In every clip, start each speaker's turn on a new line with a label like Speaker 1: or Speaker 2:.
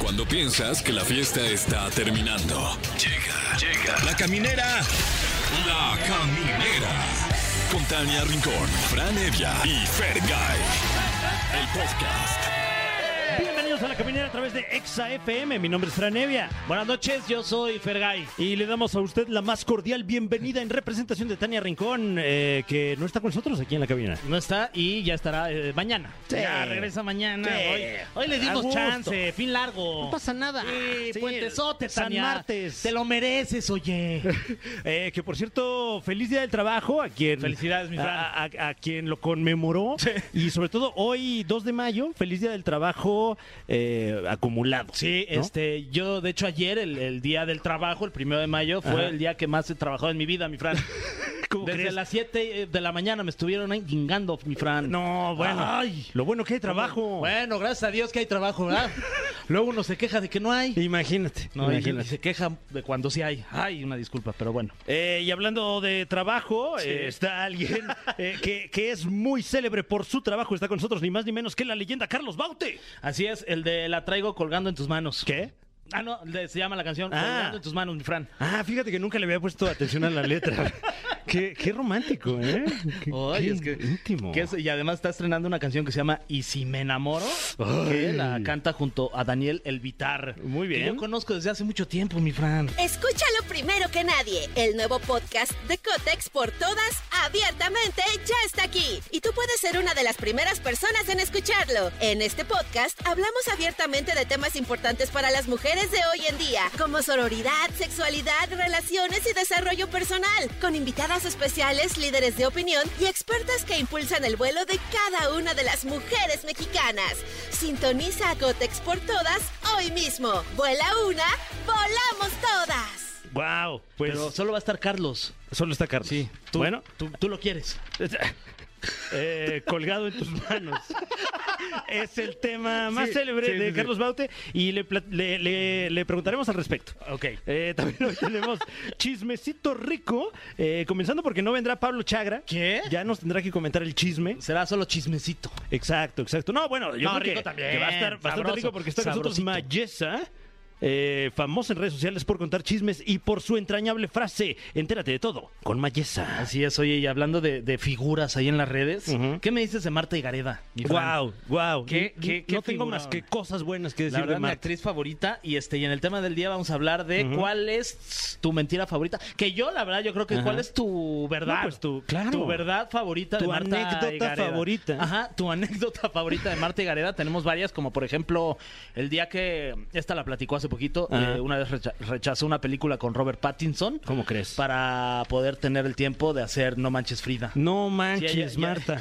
Speaker 1: Cuando piensas que la fiesta está terminando. Llega, llega. La caminera. La caminera. Con Tania Rincón, Fran Evia y Fergay. El podcast.
Speaker 2: Bienvenidos a la caminera a través de Exa FM. Mi nombre es Fran Evia. Buenas noches, yo soy Fergay. Y le damos a usted la más cordial bienvenida en representación de Tania Rincón, eh, que no está con nosotros aquí en la cabina.
Speaker 3: No está y ya estará eh, mañana.
Speaker 2: Sí.
Speaker 3: Ya regresa mañana.
Speaker 2: Sí.
Speaker 3: Hoy, hoy le
Speaker 2: A
Speaker 3: dimos
Speaker 2: gusto.
Speaker 3: chance, fin largo.
Speaker 2: No pasa nada.
Speaker 3: Sí,
Speaker 2: Sí,
Speaker 3: puentesote,
Speaker 2: San
Speaker 3: Tania.
Speaker 2: Martes.
Speaker 3: Te lo mereces, oye.
Speaker 2: Eh, que por cierto, feliz día del trabajo a quien.
Speaker 3: Felicidades, mi Fran.
Speaker 2: a, a- a quien lo conmemoró. Y sobre todo hoy, 2 de mayo, feliz día del trabajo eh, acumulado.
Speaker 3: Sí,
Speaker 2: ¿no?
Speaker 3: este, yo de hecho ayer, el, el día del trabajo, el primero de mayo, fue
Speaker 2: Ajá.
Speaker 3: el día que más he trabajado en mi vida, mi Fran.
Speaker 2: ¿Cómo
Speaker 3: Desde
Speaker 2: crees?
Speaker 3: las 7 de la mañana me estuvieron ahí gingando, mi Fran.
Speaker 2: No, bueno.
Speaker 3: Ay.
Speaker 2: Lo bueno que hay trabajo.
Speaker 3: Bueno, gracias a Dios que hay trabajo, ¿verdad? Luego uno se queja de que no hay.
Speaker 2: Imagínate.
Speaker 3: No, y- y
Speaker 2: imagínate.
Speaker 3: se queja de cuando sí hay. Ay, una disculpa, pero bueno.
Speaker 2: Eh, y hablando de trabajo,
Speaker 3: Sí.
Speaker 2: eh, está alguien eh, que, que es muy célebre por su trabajo. Está con nosotros ni más ni menos que la leyenda Carlos Baute.
Speaker 3: Así es, el de la traigo colgando en tus manos.
Speaker 2: ¿Qué?
Speaker 3: Ah, no, le- se llama la canción
Speaker 2: Ah.
Speaker 3: Colgando en tus manos, mi Fran.
Speaker 2: Ah, fíjate que nunca le había puesto atención a la letra. qué, qué romántico, ¿eh? Qué,
Speaker 3: Ay,
Speaker 2: qué
Speaker 3: es que-
Speaker 2: íntimo.
Speaker 3: Que es- y además está estrenando una canción que se llama Y si me enamoro, que
Speaker 2: Ay.
Speaker 3: la canta junto a Daniel Elvitar.
Speaker 2: Muy bien.
Speaker 3: Que yo conozco desde hace mucho tiempo, mi Fran.
Speaker 4: Escúchalo primero que nadie. El nuevo podcast de Cotex por todas, abiertamente, ya está aquí. Y tú puedes ser una de las primeras personas en escucharlo. En este podcast hablamos abiertamente de temas importantes para las mujeres de hoy en día, como sororidad, sexualidad, relaciones y desarrollo personal, con invitadas especiales, líderes de opinión y expertas que impulsan el vuelo de cada una de las mujeres mexicanas. Sintoniza a Cotex por todas hoy mismo. Vuela una, volamos todas.
Speaker 2: Wow, pues
Speaker 3: Pero solo va a estar Carlos.
Speaker 2: solo está Carlos. Sí.
Speaker 3: Tú-
Speaker 2: Bueno,
Speaker 3: tú, tú lo quieres.
Speaker 2: eh, colgado en tus manos. Es el tema más
Speaker 3: Sí,
Speaker 2: célebre
Speaker 3: sí,
Speaker 2: de
Speaker 3: sí, sí.
Speaker 2: Carlos Baute y le, plat- le- le- le preguntaremos al respecto.
Speaker 3: Ok.
Speaker 2: Eh, también hoy tenemos chismecito rico, eh, comenzando porque no vendrá Pablo Chagra.
Speaker 3: ¿Qué?
Speaker 2: Ya nos tendrá que comentar el chisme.
Speaker 3: Será solo chismecito.
Speaker 2: Exacto, exacto. No, bueno, yo
Speaker 3: No,
Speaker 2: creo que-
Speaker 3: rico también,
Speaker 2: que va a estar bastante
Speaker 3: sabroso,
Speaker 2: rico porque está con nosotros
Speaker 3: sabrosito.
Speaker 2: Mayesa, eh, famosa en redes sociales por contar chismes y por su entrañable frase. Entérate de todo con Mayesa.
Speaker 3: Así es, oye, y hablando de, de figuras ahí en las redes,
Speaker 2: Ujú.
Speaker 3: ¿qué me dices de Marta y Gareda?
Speaker 2: Wow, wow.
Speaker 3: ¿Qué- qué- qué
Speaker 2: no tengo
Speaker 3: figurón?
Speaker 2: más que cosas buenas que
Speaker 3: La
Speaker 2: decir de
Speaker 3: verdad, mi
Speaker 2: Marta.
Speaker 3: actriz favorita. Y este, y en el tema del día vamos a hablar de cuál es tu mentira favorita. Que yo, la verdad, yo creo que
Speaker 2: Ajá.
Speaker 3: cuál es tu verdad.
Speaker 2: No, pues, tu- claro.
Speaker 3: Tu verdad favorita de
Speaker 2: Tu
Speaker 3: Marta
Speaker 2: anécdota
Speaker 3: y Gareda.
Speaker 2: favorita.
Speaker 3: Ajá, tu anécdota favorita de Marta y Gareda. Tenemos varias, como por ejemplo, el día que esta la platicó hace poquito,
Speaker 2: Ajá.
Speaker 3: eh, una vez recha- rechazó una película con Robert Pattinson.
Speaker 2: ¿Cómo crees?
Speaker 3: Para poder tener el tiempo de hacer No Manches Frida.
Speaker 2: No manches,
Speaker 3: Sí, ya- ya-
Speaker 2: Marta.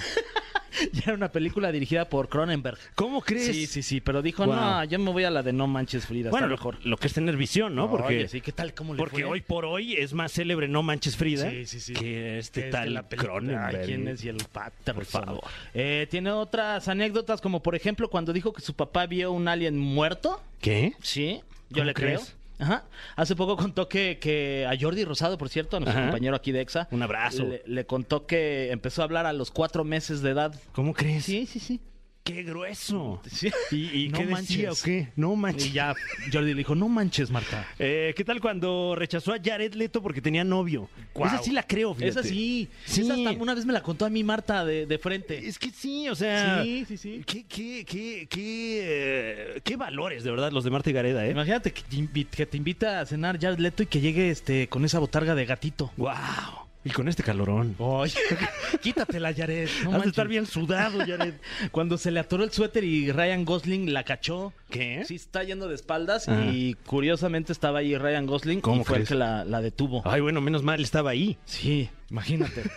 Speaker 3: Y era una película dirigida por Cronenberg.
Speaker 2: ¿Cómo crees?
Speaker 3: Sí, sí, sí, pero dijo,
Speaker 2: Wow.
Speaker 3: no, yo me voy a la de No Manches Frida.
Speaker 2: Bueno,
Speaker 3: está
Speaker 2: lo,
Speaker 3: mejor.
Speaker 2: lo que es tener visión, ¿no? Porque,
Speaker 3: Oye, sí, ¿qué tal? ¿Cómo le
Speaker 2: porque
Speaker 3: fue?
Speaker 2: hoy por hoy es más célebre No Manches Frida
Speaker 3: Sí, sí, sí.
Speaker 2: que este
Speaker 3: Que es
Speaker 2: tal
Speaker 3: de la película.
Speaker 2: Cronenberg.
Speaker 3: Ay, ¿Quién es? Y el Patterson.
Speaker 2: Por favor.
Speaker 3: Eh, tiene otras anécdotas, como por ejemplo cuando dijo que su papá vio un alien muerto.
Speaker 2: ¿Qué?
Speaker 3: Sí, yo
Speaker 2: ¿Cómo
Speaker 3: le
Speaker 2: crees?
Speaker 3: creo. Ajá. Hace poco contó que, que a Jordi Rosado, por cierto, a nuestro
Speaker 2: Ajá.
Speaker 3: compañero aquí de EXA.
Speaker 2: Un abrazo.
Speaker 3: Le, le contó que empezó a hablar a los cuatro meses de edad.
Speaker 2: ¿Cómo crees?
Speaker 3: Sí, sí, sí.
Speaker 2: ¡Qué grueso!
Speaker 3: Sí.
Speaker 2: ¿Y, y
Speaker 3: No
Speaker 2: qué decía
Speaker 3: manches.
Speaker 2: o qué? No
Speaker 3: Y
Speaker 2: manches.
Speaker 3: ya Jordi le dijo, no manches, Marta.
Speaker 2: Eh, ¿Qué tal cuando rechazó a Jared Leto porque tenía novio?
Speaker 3: Guau.
Speaker 2: Esa sí la creo, fíjate.
Speaker 3: Esa sí.
Speaker 2: Sí.
Speaker 3: Esa hasta una vez me la contó a mí Marta de, de frente.
Speaker 2: Es que sí, o sea.
Speaker 3: Sí, sí, sí.
Speaker 2: Qué, qué, qué, qué, eh, qué valores, de verdad, los de Marta y Gareda, ¿eh?
Speaker 3: Imagínate que te, invi- que te invita a cenar Jared Leto y que llegue este con esa botarga de gatito.
Speaker 2: ¡Wow! Y con este calorón.
Speaker 3: Ay, quítatela, Jared.
Speaker 2: Has de
Speaker 3: No manches.
Speaker 2: estar bien sudado, Jared.
Speaker 3: Cuando se le atoró el suéter y Ryan Gosling la cachó.
Speaker 2: ¿Qué?
Speaker 3: Sí está yendo de espaldas
Speaker 2: Ah.
Speaker 3: y curiosamente estaba ahí Ryan Gosling
Speaker 2: ¿Cómo
Speaker 3: y fue el
Speaker 2: crees?
Speaker 3: que la, la detuvo.
Speaker 2: Ay, bueno, menos mal estaba ahí.
Speaker 3: Ah. Sí, imagínate.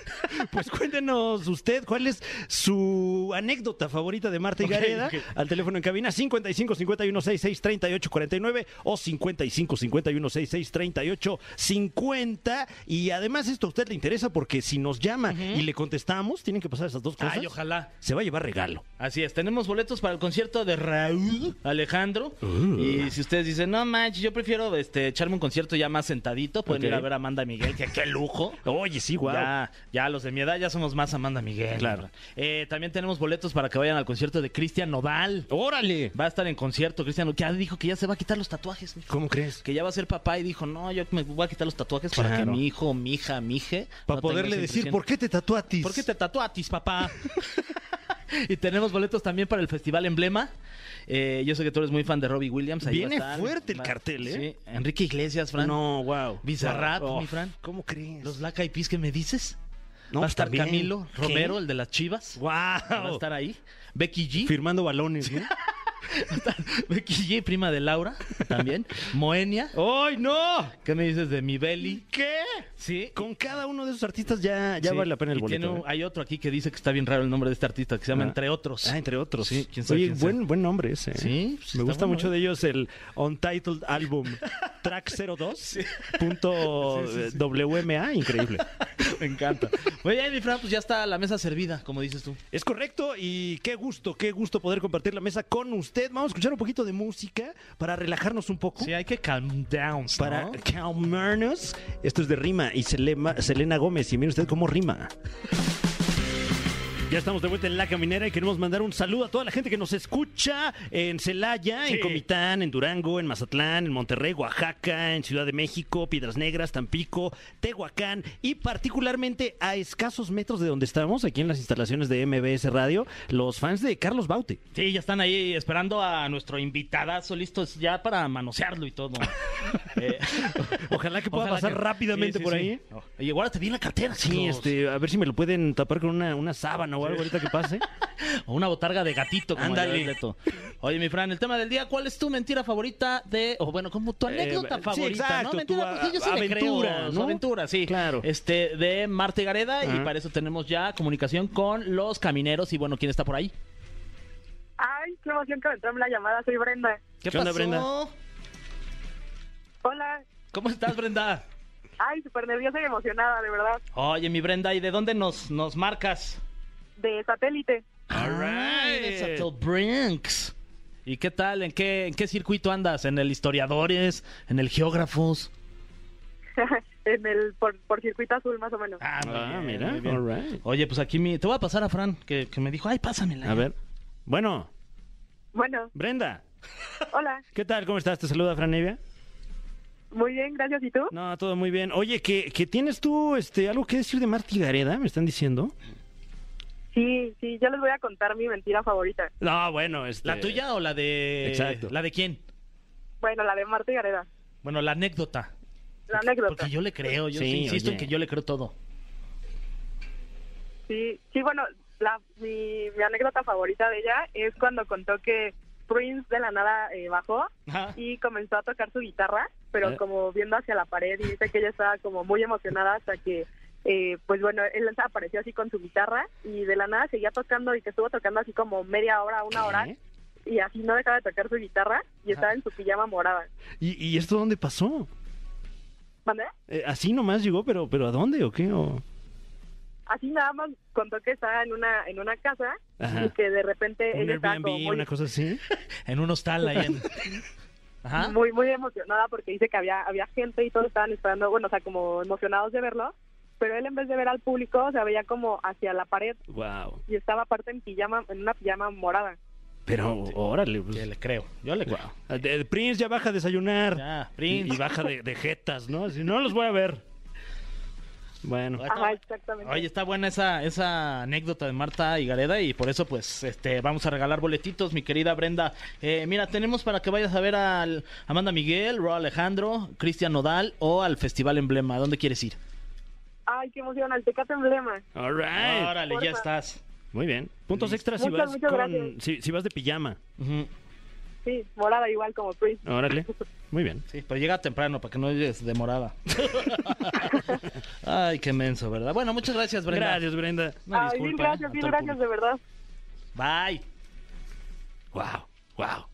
Speaker 2: Pues cuéntenos usted cuál es su anécdota favorita de Marta y
Speaker 3: Ok,
Speaker 2: Gareda
Speaker 3: ok.
Speaker 2: al teléfono en cabina 55 51 66 38 49 o 55 51 66 38 50 y además esto a usted le interesa porque si nos llama y le contestamos tienen que pasar esas dos cosas.
Speaker 3: Ay, ojalá.
Speaker 2: Se va a llevar regalo.
Speaker 3: Así es, tenemos boletos para el concierto de Raúl Alejandro.
Speaker 2: Uh.
Speaker 3: Y si ustedes dicen, no manches, yo prefiero este, echarme un concierto ya más sentadito, pueden
Speaker 2: Ok.
Speaker 3: ir a ver a Amanda Miguel, que qué lujo.
Speaker 2: Oye, sí, guau.
Speaker 3: Ya, ya los de mi edad ya somos más Amanda Miguel.
Speaker 2: Claro.
Speaker 3: Eh, también tenemos boletos para que vayan al concierto de Cristian Nodal.
Speaker 2: Órale.
Speaker 3: Va a estar en concierto, Cristian, que ya dijo que ya se va a quitar los tatuajes. mijo.
Speaker 2: ¿Cómo crees?
Speaker 3: Que ya va a ser papá y dijo, no, yo me voy a quitar los tatuajes para que
Speaker 2: Claro.
Speaker 3: mi hijo, mi hija, mi hija...
Speaker 2: Para poderle decir por qué te tatuatis.
Speaker 3: ¿Por qué te tatuatis, papá? y tenemos boletos también para el Festival Emblema. Eh, yo sé que tú eres muy fan de Robbie Williams. ahí va a
Speaker 2: Viene
Speaker 3: estar.
Speaker 2: fuerte el
Speaker 3: Va-
Speaker 2: cartel, ¿eh?
Speaker 3: Sí. Enrique Iglesias, Fran.
Speaker 2: No, wow.
Speaker 3: Bizarrap,
Speaker 2: Guau. Oh.
Speaker 3: mi Fran.
Speaker 2: ¿Cómo crees?
Speaker 3: Los Black Eyed Peas que me dices.
Speaker 2: No, pues
Speaker 3: va a estar
Speaker 2: también.
Speaker 3: Camilo
Speaker 2: ¿Qué?
Speaker 3: Romero, el de las chivas. Va a
Speaker 2: Wow.
Speaker 3: estar ahí. Becky G.
Speaker 2: Firmando balones, ¿no?
Speaker 3: Becky G, prima de Laura, también. Moenia.
Speaker 2: ¡Ay, no!
Speaker 3: ¿Qué me dices de mi belly?
Speaker 2: ¿Qué?
Speaker 3: Sí.
Speaker 2: Con cada uno de esos artistas ya, ya
Speaker 3: Sí.
Speaker 2: vale la pena el
Speaker 3: Y tiene
Speaker 2: boleto.
Speaker 3: un-
Speaker 2: ¿eh?
Speaker 3: hay otro aquí que dice que está bien raro el nombre de este artista, que se llama
Speaker 2: Ah.
Speaker 3: Entre Otros.
Speaker 2: Ah, entre otros.
Speaker 3: Sí, quién sabe
Speaker 2: Oye,
Speaker 3: quién sea.
Speaker 2: buen, buen nombre ese. ¿eh?
Speaker 3: Sí, pues,
Speaker 2: Me
Speaker 3: está
Speaker 2: gusta
Speaker 3: bueno,
Speaker 2: mucho
Speaker 3: ¿eh?
Speaker 2: de ellos el Untitled Album Track 02 punto eh, WMA. Increíble.
Speaker 3: Me encanta. Oye, ahí, mi Fran, pues ya está la mesa servida, como dices tú.
Speaker 2: Es correcto y qué gusto, qué gusto poder compartir la mesa con usted. Vamos a escuchar un poquito de música para relajarnos un poco.
Speaker 3: Sí, hay que calm down, ¿no?
Speaker 2: Para calmarnos. Esto es de Rima y Selema- Selena Gómez. Y mire usted cómo rima. Ya estamos de vuelta en La Caminera y queremos mandar un saludo a toda la gente que nos escucha en Celaya, en Comitán, en Durango, en Mazatlán, en Monterrey, Oaxaca, en Ciudad de México, Piedras Negras, Tampico, Tehuacán y particularmente a escasos metros de donde estamos, aquí en las instalaciones de MBS Radio, los fans de Carlos Baute.
Speaker 3: Sí, ya están ahí esperando a nuestro invitadazo, listos ya para manosearlo y todo. Eh,
Speaker 2: Ojalá que pueda pasar
Speaker 3: que-
Speaker 2: rápidamente
Speaker 3: sí, sí,
Speaker 2: por
Speaker 3: sí.
Speaker 2: ahí.
Speaker 3: Oye, guárdate bien la cartera,
Speaker 2: Sí,
Speaker 3: Carlos.
Speaker 2: este, a ver si me lo pueden tapar con una, una sábana o algo ahorita que pase.
Speaker 3: O una botarga de gatito, como
Speaker 2: Ándale.
Speaker 3: el Beto. Oye, mi Fran, el tema del día, ¿cuál es tu mentira favorita de. O bueno, como tu anécdota
Speaker 2: Eh, sí,
Speaker 3: favorita,
Speaker 2: exacto,
Speaker 3: ¿no? Mentira,
Speaker 2: tu
Speaker 3: porque yo sí
Speaker 2: a-
Speaker 3: le creo,
Speaker 2: aventura,
Speaker 3: su
Speaker 2: ¿no?
Speaker 3: aventura, sí.
Speaker 2: Claro.
Speaker 3: Este, de Marte Gareda, y
Speaker 2: Ajá.
Speaker 3: para eso tenemos ya comunicación con los camineros. Y bueno, ¿quién está por ahí?
Speaker 5: Ay, qué emoción que me entró la llamada. Soy Brenda.
Speaker 3: ¿Qué,
Speaker 2: ¿Qué onda, Brenda?
Speaker 5: Hola.
Speaker 3: ¿Cómo estás, Brenda?
Speaker 5: Ay, súper nerviosa y emocionada, de verdad.
Speaker 3: Oye, mi Brenda, ¿y de dónde nos, nos marcas?
Speaker 5: De satélite.
Speaker 2: All
Speaker 3: Ay,
Speaker 2: right.
Speaker 3: eres hasta el Brinks. ¿Y qué tal? ¿En qué, ¿En qué circuito andas? ¿En el historiadores? ¿En el geógrafos?
Speaker 5: en el por, por circuito azul, más o menos.
Speaker 3: Ah, muy
Speaker 2: Ah,
Speaker 3: bien,
Speaker 2: mira,
Speaker 3: muy bien.
Speaker 2: all right.
Speaker 3: Oye, pues aquí mi... te voy a pasar a Fran, que, que me dijo, ay, pásamela.
Speaker 2: A ver. Bueno,
Speaker 5: Bueno,
Speaker 2: Brenda,
Speaker 5: hola.
Speaker 2: ¿qué tal? ¿Cómo estás? Te saluda Fran Evia.
Speaker 5: Muy bien, gracias. ¿Y tú?
Speaker 2: No, todo muy bien. Oye, que, que tienes tú este algo que decir de Marti Gareda, me están diciendo.
Speaker 5: Sí, sí, yo les voy a contar mi mentira favorita.
Speaker 2: No, bueno, este
Speaker 3: ¿La tuya o la de...
Speaker 2: Exacto.
Speaker 3: ¿La de quién?
Speaker 5: Bueno, la de Marta y Gareda.
Speaker 3: Bueno, la anécdota.
Speaker 5: La anécdota.
Speaker 3: Porque yo le creo, yo
Speaker 2: Sí,
Speaker 3: sí insisto en
Speaker 2: oye.
Speaker 3: que yo le creo todo.
Speaker 5: Sí, sí, bueno, la, mi, mi anécdota favorita de ella es cuando contó que Prince de la nada eh, bajó
Speaker 3: Ajá.
Speaker 5: y comenzó a tocar su guitarra, pero
Speaker 2: Eh.
Speaker 5: como viendo hacia la pared y dice que ella estaba como muy emocionada hasta que, eh, pues bueno, él apareció así con su guitarra y de la nada seguía tocando y que estuvo tocando así como media hora, una hora
Speaker 2: ¿Qué?
Speaker 5: y así no dejaba de tocar su guitarra y estaba en su pijama morada.
Speaker 2: ¿Y, y esto dónde pasó?
Speaker 5: ¿Mande?
Speaker 2: Eh, así nomás llegó, pero pero ¿a dónde o qué? O-
Speaker 5: Así nada más contó que estaba en una en una casa
Speaker 2: Ajá.
Speaker 5: y que de repente
Speaker 2: un
Speaker 5: ella estaba como
Speaker 2: Airbnb,
Speaker 5: muy,
Speaker 2: una cosa así.
Speaker 3: En un hostal ahí en... Ajá.
Speaker 5: muy muy emocionada porque dice que había había gente y todos estaban esperando, bueno, o sea, como emocionados de verlo, pero él en vez de ver al público se veía como hacia la pared
Speaker 2: Wow.
Speaker 5: y estaba aparte en pijama, en una pijama morada.
Speaker 2: Pero órale, pues.
Speaker 3: Yo le creo, yo le creo.
Speaker 2: Ah, de- de Prince ya baja a desayunar.
Speaker 3: Ya,
Speaker 2: Y,
Speaker 3: Prince.
Speaker 2: y baja de, de jetas, ¿no? Así, no los voy a ver. Bueno.
Speaker 3: Ahí está.
Speaker 5: Ajá, exactamente.
Speaker 3: Oye, está buena esa, esa anécdota de Marta y Gareda y por eso pues este vamos a regalar boletitos, mi querida Brenda. Eh, mira, tenemos para que vayas a ver al Amanda Miguel, Ro Alejandro, Cristian Nodal o al Festival Emblema. ¿A ¿Dónde quieres ir?
Speaker 5: Ay, qué emoción, al Tecate Emblema.
Speaker 2: All right.
Speaker 3: Órale, ya
Speaker 5: porfa.
Speaker 3: estás.
Speaker 2: Muy bien. Puntos extras si
Speaker 5: Muchas,
Speaker 2: vas,
Speaker 5: muchas
Speaker 2: con-
Speaker 5: gracias.
Speaker 2: si, si vas de pijama.
Speaker 3: Ujú.
Speaker 5: sí, morada igual como Prince.
Speaker 2: Órale. Muy bien.
Speaker 3: Sí, pero llega temprano para que no llegues demorada. Ay, qué menso, ¿verdad? Bueno, muchas gracias, Brenda.
Speaker 2: Gracias, Brenda.
Speaker 3: Una
Speaker 5: Ay, mil
Speaker 3: disculpa, ¿eh?
Speaker 5: gracias,
Speaker 3: a
Speaker 5: mil
Speaker 3: todo el
Speaker 5: gracias, de verdad.
Speaker 3: Bye.
Speaker 2: Wow, wow.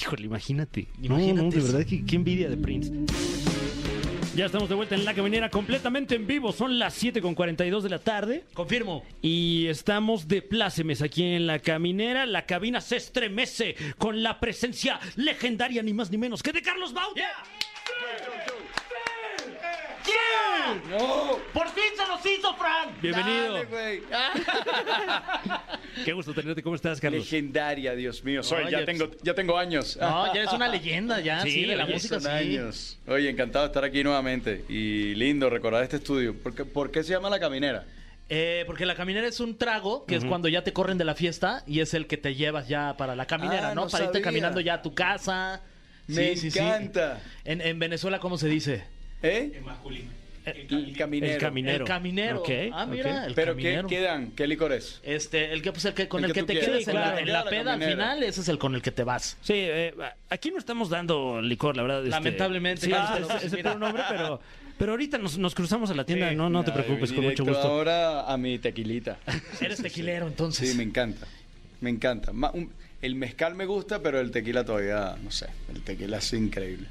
Speaker 2: Híjole, imagínate.
Speaker 3: Imagínate
Speaker 2: no, no, de
Speaker 3: eso.
Speaker 2: verdad, qué, qué envidia de Prince. Ya estamos de vuelta en la caminera completamente en vivo. Son las 7.42 de la tarde.
Speaker 3: Confirmo.
Speaker 2: Y estamos de plácemes aquí en la caminera. La cabina se estremece con la presencia legendaria, ni más ni menos, que de Carlos Baute.
Speaker 3: ¡Por fin se los hizo, Fran!
Speaker 2: Bienvenido.
Speaker 6: Dale, güey.
Speaker 2: Qué gusto tenerte. ¿Cómo estás, Carlos? pues,
Speaker 6: Legendaria, Dios mío. Soy,
Speaker 3: Oye,
Speaker 6: ya, tengo, ya tengo años.
Speaker 3: No, ya es una leyenda, ya, sí,
Speaker 2: Sí,
Speaker 3: de la
Speaker 2: oye,
Speaker 3: música,
Speaker 6: Son
Speaker 3: sí.
Speaker 6: años. Oye, encantado de estar aquí nuevamente. Y lindo recordar este estudio. ¿Por qué, por qué se llama La Caminera?
Speaker 3: Eh, porque la caminera es un trago, que es cuando ya te corren de la fiesta y es el que te llevas ya para la caminera,
Speaker 6: Ah,
Speaker 3: ¿no?
Speaker 6: no
Speaker 3: para irte
Speaker 6: sabía.
Speaker 3: caminando ya a tu casa.
Speaker 6: Me encanta.
Speaker 3: En, en Venezuela, ¿cómo se dice?
Speaker 6: ¿Eh? El masculino. El caminero.
Speaker 2: El caminero.
Speaker 3: El caminero.
Speaker 2: Ok,
Speaker 3: ah, mira,
Speaker 2: ok.
Speaker 3: el
Speaker 6: ¿Pero qué,
Speaker 3: caminero.
Speaker 6: qué dan? ¿Qué licor es?
Speaker 3: Este, el que, pues, el que con el,
Speaker 6: El
Speaker 3: que,
Speaker 6: que
Speaker 3: te
Speaker 6: tú quieras.
Speaker 3: quedas
Speaker 2: Sí,
Speaker 3: en, la-
Speaker 2: claro.
Speaker 3: en la,
Speaker 6: La
Speaker 3: peda al
Speaker 6: caminera.
Speaker 3: final, ese es el con el que te vas.
Speaker 2: Sí, eh, aquí no estamos dando licor, la verdad. este,
Speaker 3: Lamentablemente,
Speaker 2: sí,
Speaker 3: Carlos,
Speaker 2: es-
Speaker 3: pero
Speaker 2: es- es el
Speaker 3: mira.
Speaker 2: puro nombre, pero, pero ahorita nos, nos cruzamos a la tienda.
Speaker 3: Sí.
Speaker 2: no, no te
Speaker 6: Nada,
Speaker 2: preocupes,
Speaker 6: voy
Speaker 2: con mucho
Speaker 6: directo
Speaker 2: gusto.
Speaker 6: ahora a mi tequilita.
Speaker 3: Eres tequilero, entonces.
Speaker 6: Sí, me encanta. Me encanta. Ma- un- el mezcal me gusta, pero el tequila todavía, no sé. El tequila es increíble.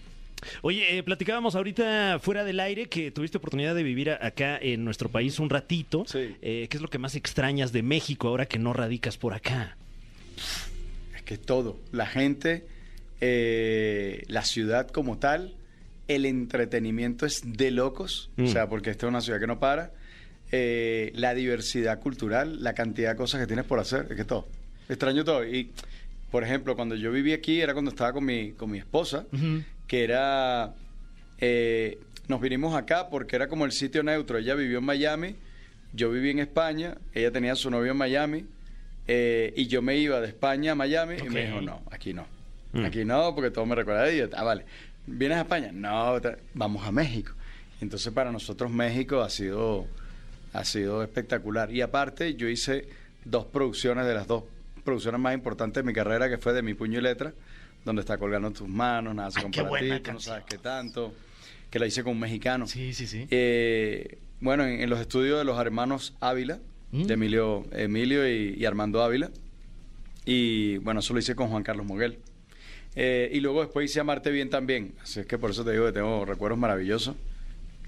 Speaker 2: Oye, eh, platicábamos ahorita fuera del aire que tuviste oportunidad de vivir a- acá en nuestro país un ratito.
Speaker 6: Sí.
Speaker 2: Eh, ¿Qué es lo que más extrañas de México ahora que no radicas por acá?
Speaker 6: Es que todo, la gente, eh, la ciudad como tal, el entretenimiento es de locos,
Speaker 2: Mm.
Speaker 6: o sea, porque esta es una ciudad que no para, eh, la diversidad cultural, la cantidad de cosas que tienes por hacer, es que todo, extraño todo. Y, por ejemplo, cuando yo viví aquí era cuando estaba con mi, con mi esposa,
Speaker 3: Ujú.
Speaker 6: que era. eh, nos vinimos acá porque era como el sitio neutro. Ella vivió en Miami, yo viví en España, ella tenía a su novio en Miami, eh, y yo me iba de España a Miami y me
Speaker 3: Ok.
Speaker 6: dijo: No, aquí no.
Speaker 2: Mm.
Speaker 6: Aquí no, porque todo me recuerda a ella. Ah, vale. ¿Vienes a España? No, ta- vamos a México. Entonces, para nosotros, México ha sido, ha sido espectacular. Y aparte, yo hice dos producciones de las dos producciones más importantes de mi carrera, que fue de Mi Puño y Letra, donde está colgando tus manos, nada se
Speaker 3: Ay, Ah, qué
Speaker 6: compara a
Speaker 3: buena
Speaker 6: ti, tú no
Speaker 3: canción.
Speaker 6: sabes qué tanto, que la hice con un mexicano.
Speaker 3: Sí, sí, sí.
Speaker 6: Eh, bueno, en, en los estudios de los hermanos Ávila,
Speaker 3: Mm.
Speaker 6: de Emilio, Emilio y, y Armando Ávila. Y bueno, eso lo hice con Juan Carlos Moguel. Eh, y luego después hice Amarte Bien también. Así es que por eso te digo que tengo recuerdos maravillosos.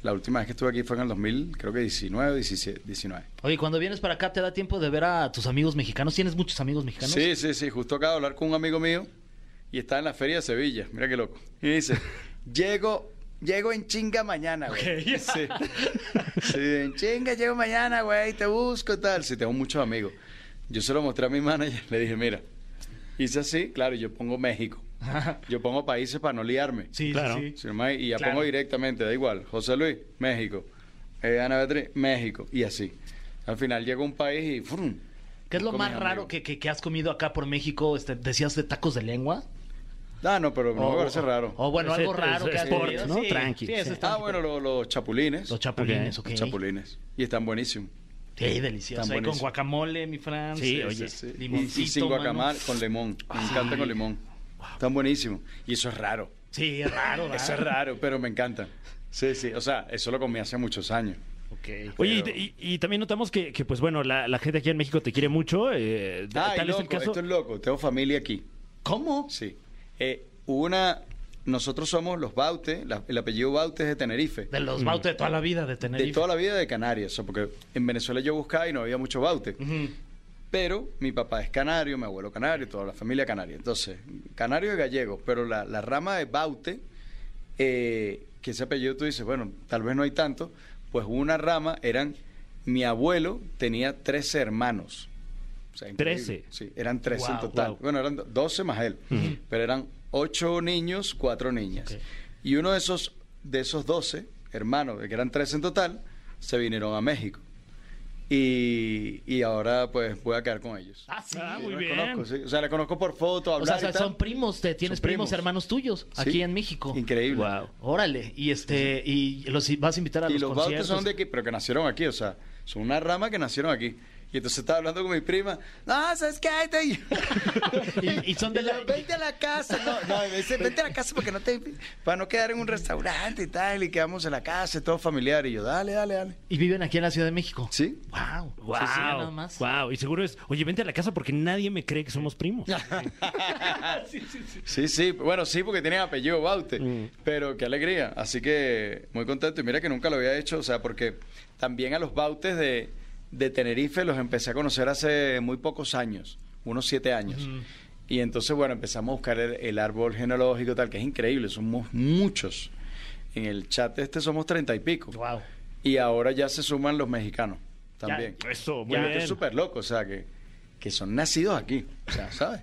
Speaker 6: La última vez que estuve aquí fue en el 2000, creo que 19, 17, 19.
Speaker 3: Oye, cuando vienes para acá, ¿te da tiempo de ver a tus amigos mexicanos? ¿Tienes muchos amigos mexicanos?
Speaker 6: Sí, sí, sí. Justo acabo de hablar con un amigo mío y está en la feria de Sevilla. Mira qué loco. Y dice, llego, llego en chinga mañana, güey. Sí. Sí, en chinga llego mañana, güey. Te busco y tal. Sí, tengo muchos amigos. Yo se lo mostré a mi manager. Le dije, mira, hice así. Claro, yo pongo México. Yo pongo países para no liarme.
Speaker 3: Sí, sí,
Speaker 2: Claro.
Speaker 3: sí.
Speaker 6: Sí, hermano, y ya
Speaker 3: Claro.
Speaker 6: pongo directamente, da igual. José Luis, México. Eh, Ana Beatriz, México. Y así. Al final llego a un país y... ¡frum!
Speaker 3: ¿Qué es lo
Speaker 6: Con
Speaker 3: más
Speaker 6: mis
Speaker 3: raro
Speaker 6: amigos.
Speaker 3: que, que- que has comido acá por México? Este, decías de tacos de lengua.
Speaker 6: Ah, no, pero no me parece raro.
Speaker 3: O bueno,
Speaker 2: Ese-
Speaker 3: algo raro
Speaker 2: ese
Speaker 3: que has
Speaker 2: sport,
Speaker 3: comido.
Speaker 2: ¿no?
Speaker 3: Sí,
Speaker 2: Tranqui.
Speaker 3: sí, ese
Speaker 2: Sí.
Speaker 3: está-
Speaker 6: Ah, bueno, lo- los chapulines.
Speaker 3: Los chapulines,
Speaker 2: Ok.
Speaker 3: ok.
Speaker 6: Los chapulines. Y están buenísimos.
Speaker 3: Sí, delicioso.
Speaker 6: Están
Speaker 3: Ahí con
Speaker 6: buenísimos.
Speaker 3: guacamole, mi Fran.
Speaker 2: Sí,
Speaker 3: Sí,
Speaker 2: oye. Ah,
Speaker 6: Sí. Y-
Speaker 3: Limoncito,
Speaker 6: y, sin
Speaker 3: mano.
Speaker 6: guacamole, con limón. Me encanta con limón. Están buenísimos. Y eso es raro.
Speaker 3: Sí, es raro, raro.
Speaker 6: Eso es raro, pero me encanta. Sí, sí. O sea, eso lo comí hace muchos años.
Speaker 3: Ok.
Speaker 2: Oye, y
Speaker 6: Pero-
Speaker 2: te- y, y también notamos que, que, pues bueno, la, la gente aquí en México te quiere mucho. eh,
Speaker 6: Ay,
Speaker 2: tal
Speaker 6: loco,
Speaker 2: es el caso.
Speaker 6: esto es loco. Tengo familia aquí.
Speaker 3: ¿Cómo?
Speaker 6: Sí. Eh, una... Nosotros somos los Baute. la- el apellido Baute es de Tenerife.
Speaker 3: De los
Speaker 2: Mm.
Speaker 3: bautes de toda la vida, de tener.
Speaker 6: De toda la vida de Canarias. o sea, porque en Venezuela yo buscaba y no había mucho Baute. Pero mi papá es canario, mi abuelo canario, toda la familia canaria. Entonces, canario y gallego, pero la, la rama de Baute, eh, que ese apellido tú dices, bueno, tal vez no hay tanto, pues una rama eran, mi abuelo tenía 13 hermanos. O sea, increíble.
Speaker 2: 13.
Speaker 6: Sí, eran 13 en
Speaker 3: Guau,
Speaker 6: total.
Speaker 2: guau.
Speaker 6: Bueno, eran do- 12 más él, pero eran 8 niños, 4 niñas.
Speaker 3: Ok.
Speaker 6: Y uno de esos, de esos 12 hermanos, que eran 13 en total, se vinieron a México. Y, y ahora pues voy a quedar con ellos.
Speaker 3: Ah, sí.
Speaker 2: Ah, muy
Speaker 6: Los
Speaker 2: bien.
Speaker 6: conozco, sí. O sea, la conozco por foto,
Speaker 3: o
Speaker 6: hablar
Speaker 3: sea,
Speaker 6: y tal.
Speaker 3: son primos, te tienes
Speaker 6: Son
Speaker 3: primos,
Speaker 6: primos.
Speaker 3: hermanos tuyos,
Speaker 6: Sí.
Speaker 3: aquí en México.
Speaker 6: Increíble.
Speaker 2: Wow.
Speaker 3: Órale, y este, y los vas a invitar a
Speaker 6: Y
Speaker 3: los,
Speaker 6: los bautes
Speaker 3: conciertos.
Speaker 6: son de aquí, pero que nacieron aquí, o sea, son una rama que nacieron aquí. Y Y entonces estaba hablando con mi prima. No, ¿sabes qué? Ahí te-
Speaker 3: Y, y son de
Speaker 6: Y
Speaker 3: la...
Speaker 6: yo, Vente a la casa. No, no, y me dice, vente a la casa porque no te... Para no quedar en un restaurante y tal. Y quedamos en la casa, todo familiar. Y yo, dale, dale, dale.
Speaker 3: Y viven aquí en la Ciudad de México.
Speaker 6: ¿Sí?
Speaker 3: Wow.
Speaker 2: Wow, wow, y seguro es, oye, vente a la casa porque nadie me cree que somos primos.
Speaker 6: Sí, sí, bueno, sí, porque tienen apellido Baute, pero qué alegría, así que muy contento y mira que nunca lo había hecho, o sea, porque también a los Bautes de, de Tenerife los empecé a conocer hace muy pocos años, unos siete años. Y entonces, bueno, empezamos a buscar el, el árbol genealógico tal, que es increíble, somos muchos. En el chat este somos treinta y pico.
Speaker 3: Wow.
Speaker 6: Y ahora ya se suman los mexicanos también.
Speaker 2: eso, muy
Speaker 6: Ya,
Speaker 2: bien.
Speaker 6: que Es súper loco, o sea, que, que son nacidos aquí, o sea, ¿sabes?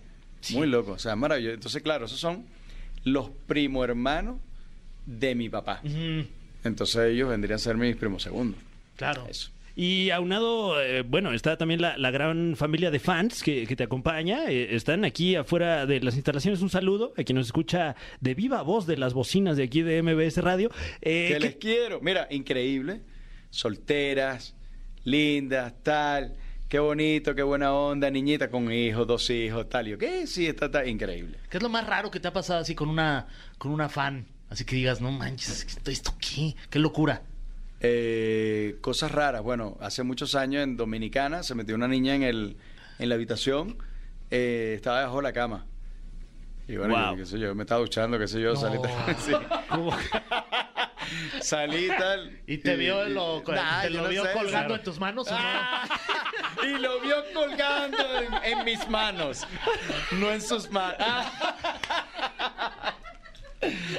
Speaker 6: Muy loco, o sea, maravilloso. Entonces, claro, esos son los primo hermanos de mi papá.
Speaker 3: Mm,
Speaker 6: Entonces ellos vendrían a ser mis primos segundos.
Speaker 3: claro.
Speaker 6: Eso.
Speaker 2: Y aunado, eh, bueno, está también la, la gran familia de fans que, que te acompaña. eh, están aquí afuera de las instalaciones. Un saludo a quien nos escucha de viva voz de las bocinas de aquí de MBS Radio. Eh,
Speaker 6: que
Speaker 2: que-
Speaker 6: les quiero. Mira, increíble. Solteras, lindas, tal. Qué bonito, qué buena onda, niñita con hijos, dos hijos, tal. Y Yo, ¿qué? Sí, está, está increíble.
Speaker 3: ¿Qué es lo más raro que te ha pasado así con una, con una fan? Así que digas, no manches, ¿esto, esto qué? ¿Qué locura?
Speaker 6: Eh, cosas raras. Bueno, hace muchos años en Dominicana se metió una niña en, el, en la habitación, eh, estaba debajo de la cama. Y bueno,
Speaker 2: Wow.
Speaker 6: yo, qué sé yo, me estaba duchando, qué sé yo,
Speaker 3: No.
Speaker 6: salí tal. sí. Salí tal.
Speaker 3: ¿Y te vio, lo,
Speaker 6: Nah,
Speaker 3: te
Speaker 6: yo
Speaker 3: lo
Speaker 6: no
Speaker 3: vio
Speaker 6: sé,
Speaker 3: colgando
Speaker 6: claro.
Speaker 3: en tus manos? ¿o no?
Speaker 6: Ah, y lo vio colgando en, en mis manos, no en sus manos.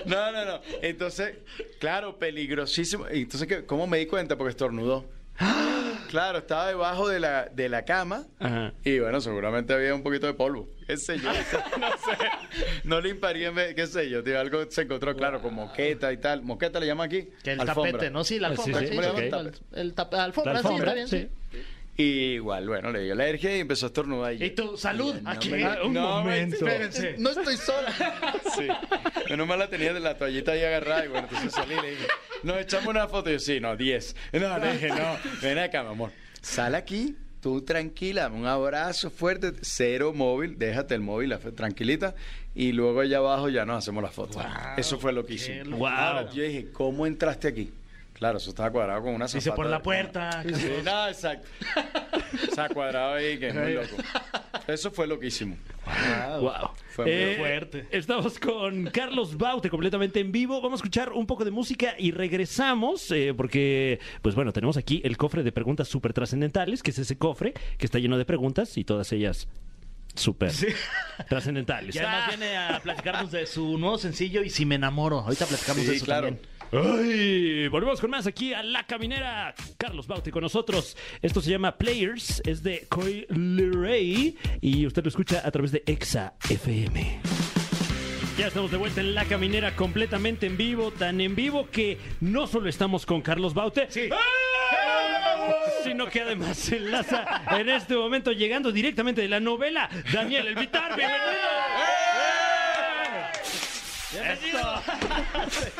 Speaker 6: No, no, no. Entonces, claro, peligrosísimo. Entonces, ¿qué- ¿cómo me di cuenta? Porque estornudó. Claro, estaba debajo de la, de la cama.
Speaker 2: Ajá.
Speaker 6: Y bueno, seguramente había un poquito de polvo. Qué sé yo. No sé. No le imparía, en vez- qué sé yo, tío. Algo se encontró, claro, con moqueta y tal. Moqueta le llama aquí.
Speaker 3: Que el
Speaker 6: alfombra.
Speaker 3: tapete, ¿no? Sí, la
Speaker 2: Ah, sí,
Speaker 3: alfombra.
Speaker 2: sí,
Speaker 3: Sí,
Speaker 2: ok.
Speaker 3: sí, el- el tap- alfombra,
Speaker 2: La alfombra,
Speaker 3: sí, está bien.
Speaker 2: sí.
Speaker 3: Sí.
Speaker 6: Y igual, bueno, le dio alergia y empezó a estornudar.
Speaker 3: Y tú, salud, aquí. Ah,
Speaker 2: un momento.
Speaker 3: Espérense.
Speaker 6: No estoy sola. Sí. Menos mal la tenía de la toallita ahí agarrada y bueno, entonces salí y le dije, nos echamos una foto. Y yo, sí, no, 10. No, le dije, no, ven acá, mi amor. Sal aquí, tú tranquila, dame un abrazo fuerte, cero móvil, déjate el móvil la- tranquilita y luego allá abajo ya nos hacemos la foto. Eso fue lo que hice.
Speaker 3: qué locura.
Speaker 6: Ahora, yo dije, ¿cómo entraste aquí? Claro, eso estaba cuadrado con una
Speaker 3: Dice,
Speaker 6: zapata
Speaker 3: por la
Speaker 6: de-
Speaker 3: puerta.
Speaker 6: Sí, no, exacto. O sea, cuadrado ahí, que es muy loco. Eso fue loquísimo.
Speaker 2: Wow. Eh,
Speaker 6: Fue muy
Speaker 3: fuerte.
Speaker 2: Estamos con Carlos Baute completamente en vivo. Vamos a escuchar un poco de música y regresamos eh, porque, pues bueno, tenemos aquí el cofre de preguntas súper trascendentales, que es ese cofre que está lleno de preguntas y todas ellas súper trascendentales.
Speaker 3: Y además viene a platicarnos de su nuevo sencillo y si me enamoro. Ahorita platicamos
Speaker 6: Sí,
Speaker 3: de eso
Speaker 6: claro.
Speaker 3: también.
Speaker 2: ¡Ay! Volvemos con más aquí a La Caminera. Carlos Baute con nosotros. Esto se llama Players, es de Coy Leray y usted lo escucha a través de Exa FM. Ya estamos de vuelta en La Caminera completamente en vivo, tan en vivo que no solo estamos con Carlos Baute, sino que además se enlaza en este momento llegando directamente de la novela Daniel El Vitar. ¡Bienvenido! Esto.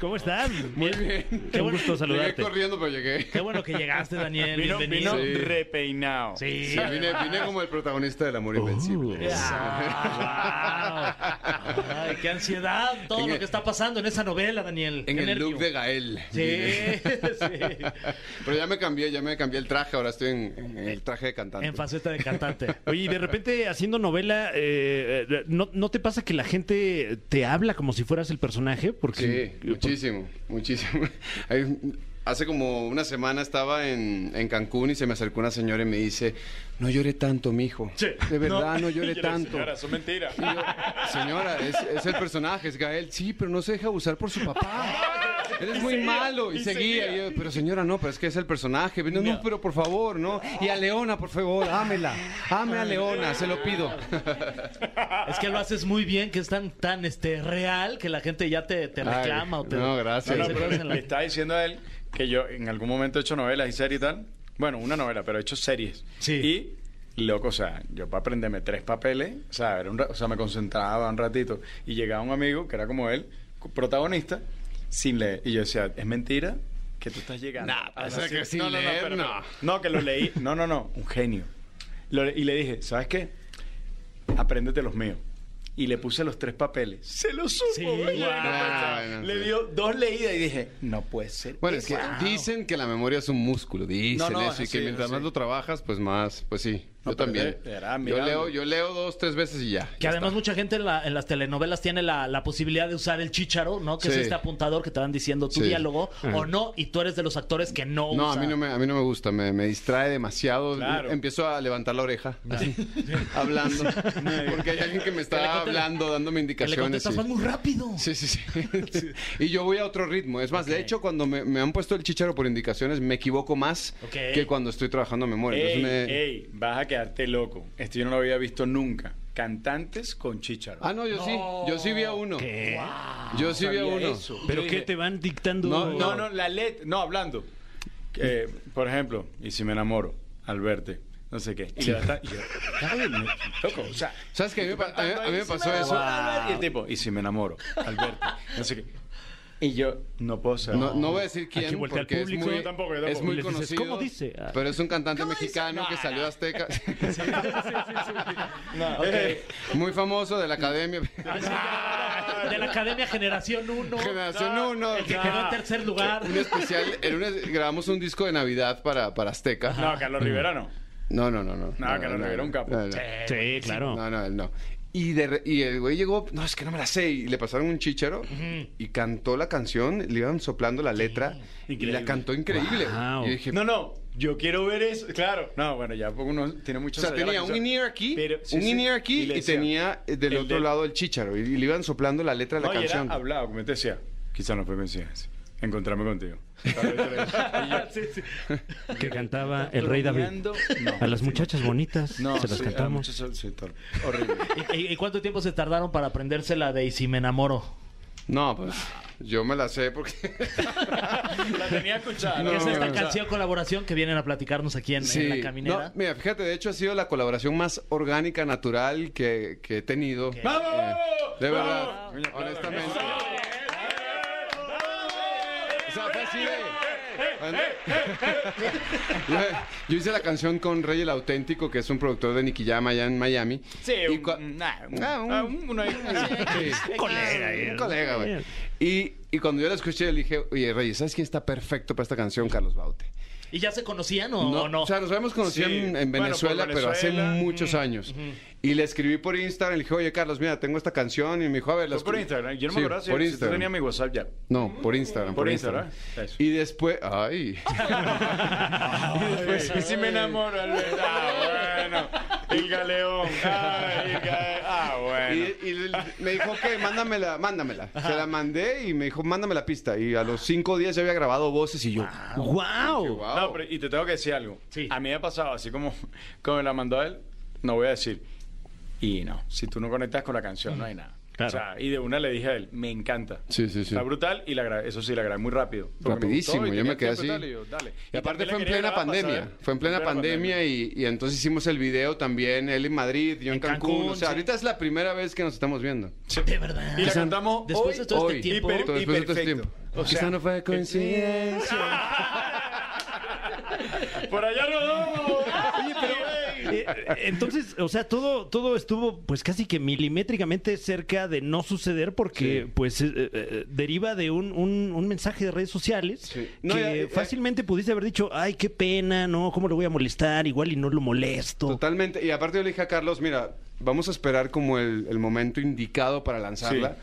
Speaker 2: ¿Cómo están? Muy bien. Qué gusto saludarte.
Speaker 7: Llegué corriendo, pero llegué.
Speaker 3: Qué bueno que llegaste, Daniel.
Speaker 2: Vino-
Speaker 3: Bienvenido.
Speaker 7: vino- Sí.
Speaker 6: repeinado.
Speaker 3: Sí.
Speaker 7: Sí, vine, vine como el protagonista del Amor
Speaker 3: Oh.
Speaker 7: Invencible.
Speaker 3: Ah, wow. Ay, qué ansiedad. Todo
Speaker 7: En
Speaker 3: lo
Speaker 7: el-
Speaker 3: que está pasando en esa novela, Daniel.
Speaker 7: En
Speaker 3: Qué
Speaker 7: el
Speaker 3: nervio.
Speaker 7: look de Gael.
Speaker 3: Sí, sí.
Speaker 7: Pero ya me cambié, ya me cambié el traje, ahora estoy en, en el traje de cantante.
Speaker 3: En faceta de cantante.
Speaker 2: Oye, y de repente haciendo novela, eh, eh, ¿no, ¿no te pasa que la gente te habla como si fueras el personaje?
Speaker 7: Sí,
Speaker 2: Porque,
Speaker 7: muchísimo, muchísimo. Hay- Hace como una semana estaba en, en Cancún y se me acercó una señora y me dice, no llore tanto, mijo. De verdad, no, llore tanto.
Speaker 6: son mentiras.
Speaker 7: Y yo, señora, es, es el personaje, es Gael. Sí, pero no se deja abusar por su papá. Eres muy malo. Y, seguía. y yo, pero señora, no, pero es que es el personaje. No, no, pero por favor, no. Y a Leona, por favor, ámela. Ame a Leona, se lo pido.
Speaker 3: Es que lo haces muy bien, que es tan, tan este, real que la gente ya te, te reclama
Speaker 7: Ay,
Speaker 3: o te.
Speaker 7: no,
Speaker 3: Sí,
Speaker 7: gracias.
Speaker 6: No,
Speaker 3: se
Speaker 6: no, pero
Speaker 3: parece en la-
Speaker 6: le estaba diciendo a él que yo en algún momento he hecho novelas y series y tal. Bueno, una novela, pero he hecho series.
Speaker 3: Sí.
Speaker 6: Y, loco, o sea, yo para aprenderme tres papeles, o sea, era un ra- o sea, me concentraba un ratito. Y llegaba un amigo que era como él, co- protagonista, sin leer. Y yo decía, es mentira, que tú estás llegando.
Speaker 7: Nah,
Speaker 6: a
Speaker 7: eso es
Speaker 6: decir-
Speaker 7: que sin leer,
Speaker 6: pero-
Speaker 7: no.
Speaker 6: pero- no, que lo leí. No, no, no, un genio. Lo le- y le dije, ¿sabes qué? Apréndete los míos. Y le puse los tres papeles. Se los supo.
Speaker 2: Sí,
Speaker 6: güey, yo no
Speaker 2: guau.
Speaker 6: pensaba.
Speaker 7: Bueno,
Speaker 6: le
Speaker 7: sí.
Speaker 6: dio dos leídas y dije, no puede ser.
Speaker 7: Bueno, es que ah,
Speaker 6: Wow.
Speaker 7: dicen que la memoria es un músculo, dicen
Speaker 6: No, no,
Speaker 7: eso, y
Speaker 6: sí,
Speaker 7: que mientras
Speaker 6: sí.
Speaker 7: más lo trabajas, pues más, pues sí.
Speaker 6: No,
Speaker 7: yo
Speaker 6: pero
Speaker 7: también.
Speaker 6: de- de verdad,
Speaker 7: yo
Speaker 6: mira,
Speaker 7: leo, yo leo dos, tres veces y ya.
Speaker 3: Que además mucha gente en, la- en las telenovelas tiene la, la posibilidad de usar el chícharo, ¿no? Que es
Speaker 7: Sí.
Speaker 3: este apuntador que te van diciendo tu
Speaker 7: Sí.
Speaker 3: diálogo o no, y tú eres de los actores que no,
Speaker 7: No, a
Speaker 3: usa.
Speaker 7: mí no me, a mí no me gusta, me, me distrae demasiado.
Speaker 6: Claro.
Speaker 7: Empiezo a levantar la oreja, así, hablando. Porque hay alguien que me está
Speaker 3: Que le conte-
Speaker 7: hablando, dándome
Speaker 3: Que le
Speaker 7: indicaciones.
Speaker 3: contestas,
Speaker 7: y-
Speaker 3: vas muy rápido.
Speaker 7: Sí, sí, sí. Sí. Y yo voy a otro ritmo. Es más, de hecho, cuando me, me han puesto el chicharo por indicaciones, me equivoco más
Speaker 3: Ok.
Speaker 7: que cuando estoy trabajando memoria.
Speaker 6: Ey,
Speaker 7: Entonces me-
Speaker 6: ey, vas a quedarte loco. Esto yo no lo había visto nunca. Cantantes con chícharo.
Speaker 7: Ah, no, yo sí. Yo sí vi a uno.
Speaker 2: ¿Qué?
Speaker 7: Yo sí vi a
Speaker 6: Sabía
Speaker 7: uno.
Speaker 6: eso.
Speaker 2: ¿Pero
Speaker 6: Yo
Speaker 2: qué
Speaker 6: dije,
Speaker 2: te van dictando?
Speaker 7: No,
Speaker 6: No, no, la letra. No, hablando. Eh, por ejemplo, y si me enamoro al verte, no sé qué. Y le va a estar- y yo, "Ay, me- Loco, o sea.
Speaker 7: ¿Sabes qué? A mí me pa- a mí- a mí me
Speaker 6: "Y si
Speaker 7: pasó
Speaker 6: enamoro
Speaker 7: eso".
Speaker 6: al verte", Y el tipo, y si me enamoro al verte, no sé qué. Y yo, no puedo saber.
Speaker 7: No, no voy a decir quién,
Speaker 2: Aquí voltea al
Speaker 7: porque es
Speaker 2: público.
Speaker 7: muy,
Speaker 2: Yo
Speaker 6: tampoco, yo tampoco.
Speaker 7: es muy
Speaker 2: Y les dices,
Speaker 7: conocido.
Speaker 2: "¿Cómo dice?" Ah.
Speaker 7: Pero es un cantante mexicano que salió de Azteca.
Speaker 6: No, eh,
Speaker 7: Muy famoso de la academia.
Speaker 3: De la Academia Generación 1.
Speaker 7: Generación 1.
Speaker 3: El que quedó en tercer lugar.
Speaker 7: Un especial. en una- grabamos un disco de Navidad para, para Azteca.
Speaker 6: no, Carlos Rivera no.
Speaker 7: No, no, no, no.
Speaker 6: No, que lo era un capo.
Speaker 7: No, no.
Speaker 2: Sí, claro.
Speaker 7: No, no, él no. Y, de re- y el güey llegó, no, es que no me la sé. Y le pasaron un chícharo y cantó la canción, le iban soplando la letra y la cantó increíble.
Speaker 2: Wow.
Speaker 7: Y dije,
Speaker 6: No, no, yo quiero ver eso. Claro. No, bueno, ya porque uno tiene
Speaker 7: o
Speaker 6: mucho
Speaker 7: sea, tenía un in-ear aquí,
Speaker 6: Pero- sí,
Speaker 7: un
Speaker 6: sí.
Speaker 7: in-ear aquí
Speaker 6: Y
Speaker 7: y,
Speaker 6: le decía,
Speaker 7: tenía eh, del
Speaker 6: el
Speaker 7: otro
Speaker 6: del-
Speaker 7: lado el chícharo. Y, y le iban soplando la letra de la
Speaker 6: No, y era
Speaker 7: canción.
Speaker 6: hablado, como te decía. Quizás no fue coincidencia. Encontrarme contigo. Y yo,
Speaker 2: Que cantaba el rey David.
Speaker 6: Bromeando, no.
Speaker 2: A las muchachas bonitas
Speaker 6: No,
Speaker 2: se las
Speaker 6: sí,
Speaker 2: cantamos.
Speaker 6: mucho sol- sí, tol- horrible.
Speaker 3: ¿Y, y cuánto tiempo se tardaron para aprenderse la de Y si me enamoro?
Speaker 7: No, pues yo me la sé porque...
Speaker 6: La tenía escuchada.
Speaker 7: No,
Speaker 3: Que es esta
Speaker 7: no.
Speaker 3: canción colaboración que vienen a platicarnos aquí en, en la caminera.
Speaker 7: No, mira, fíjate, de hecho ha sido la colaboración más orgánica, natural que, que he tenido.
Speaker 6: ¡Vamos!
Speaker 7: De
Speaker 6: ¡Vamos!
Speaker 7: verdad,
Speaker 6: Un aplauso.
Speaker 7: honestamente. O sea, fue así
Speaker 6: Eh,
Speaker 7: de- Yo, yo hice la canción con Rey el Auténtico, que es un productor de Nicky Jam allá en Miami.
Speaker 6: Sí,
Speaker 7: Y
Speaker 6: un-
Speaker 7: cua-
Speaker 6: nah, un-
Speaker 7: Ah, un-
Speaker 6: ah, un- uno ahí.
Speaker 7: Sí.
Speaker 2: colega, eh.
Speaker 7: Ah, Un colega, güey. Y, y cuando yo la escuché, le dije, oye, Rey, ¿sabes quién está perfecto para esta canción? Carlos Baute.
Speaker 3: ¿Y ya se conocían o no?
Speaker 7: O sea, nos habíamos conocido
Speaker 6: Sí.
Speaker 7: en, en
Speaker 6: Bueno, por
Speaker 7: Venezuela, pero hace
Speaker 6: Venezuela. Mm,
Speaker 7: muchos años. Y le escribí por Instagram, le dije, oye, Carlos, mira, tengo esta canción. Y me dijo, a ver, la
Speaker 6: Fue por
Speaker 7: escri-
Speaker 6: Instagram. Yo no
Speaker 7: Sí,
Speaker 6: me acuerdo si,
Speaker 7: por
Speaker 6: si tú
Speaker 7: Instagram.
Speaker 6: tenías mi WhatsApp ya.
Speaker 7: No, por Instagram.
Speaker 6: Por Instagram, ah, eso.
Speaker 7: Y después. ¡Ay!
Speaker 6: Pues sí me enamoro, Alberto. Ah, bueno. El galeón. Ay, el gale- Ah,
Speaker 7: y,
Speaker 6: bueno.
Speaker 7: y le- me dijo que mándamela, mándamela. Se la mandé y me dijo, mándame la pista. Y a los cinco días ya había grabado voces y yo.
Speaker 2: ¡Wow!
Speaker 7: dije, "Wow".
Speaker 6: Ah, No, pero y te tengo que decir algo.
Speaker 3: Sí.
Speaker 6: A mí me ha pasado, así como, como me la mandó él, no voy a decir. Y no, si tú no conectas con la canción, no hay nada.
Speaker 2: Claro.
Speaker 6: O sea, y de una le dije a él, me encanta.
Speaker 7: Sí, sí, sí.
Speaker 6: Está brutal y la grabé, eso sí, la grabé muy rápido. porque me
Speaker 7: Rapidísimo,
Speaker 6: gustó y
Speaker 7: yo
Speaker 6: tenía
Speaker 7: me quedé
Speaker 6: tiempo y
Speaker 7: así.
Speaker 6: tal, y yo, dale.
Speaker 7: Y aparte
Speaker 6: también
Speaker 7: fue en
Speaker 6: la quería
Speaker 7: plena
Speaker 6: grabar para
Speaker 7: pandemia.
Speaker 6: saber.
Speaker 7: Fue en plena pandemia y, y entonces hicimos el video también, él en Madrid, yo en,
Speaker 3: En
Speaker 7: Cancún.
Speaker 3: Cancún,
Speaker 7: O sea,
Speaker 3: sí.
Speaker 7: ahorita es la primera vez que nos estamos viendo.
Speaker 3: de verdad.
Speaker 6: Y la cantamos
Speaker 3: Después
Speaker 6: hoy,
Speaker 3: de todo
Speaker 7: hoy.
Speaker 3: este tiempo.
Speaker 6: Hiper-
Speaker 7: Todo después de todo este
Speaker 6: perfecto.
Speaker 7: tiempo.
Speaker 6: O
Speaker 7: Quizá
Speaker 6: sea, eh,
Speaker 7: no fue coincidencia.
Speaker 6: Por allá nos vamos. Oye, pero...
Speaker 2: Eh, Entonces, o sea, todo, todo estuvo pues casi que milimétricamente cerca de no suceder porque
Speaker 7: Sí.
Speaker 2: pues eh, eh, deriva de un, un- un mensaje de redes sociales
Speaker 7: Sí. No,
Speaker 2: que
Speaker 7: ya, ya.
Speaker 2: fácilmente pudiste haber dicho, ay, qué pena, no, cómo lo voy a molestar, igual y no lo molesto.
Speaker 7: Totalmente. Y aparte yo le dije a Carlos, mira, vamos a esperar como el, el momento indicado para lanzarla.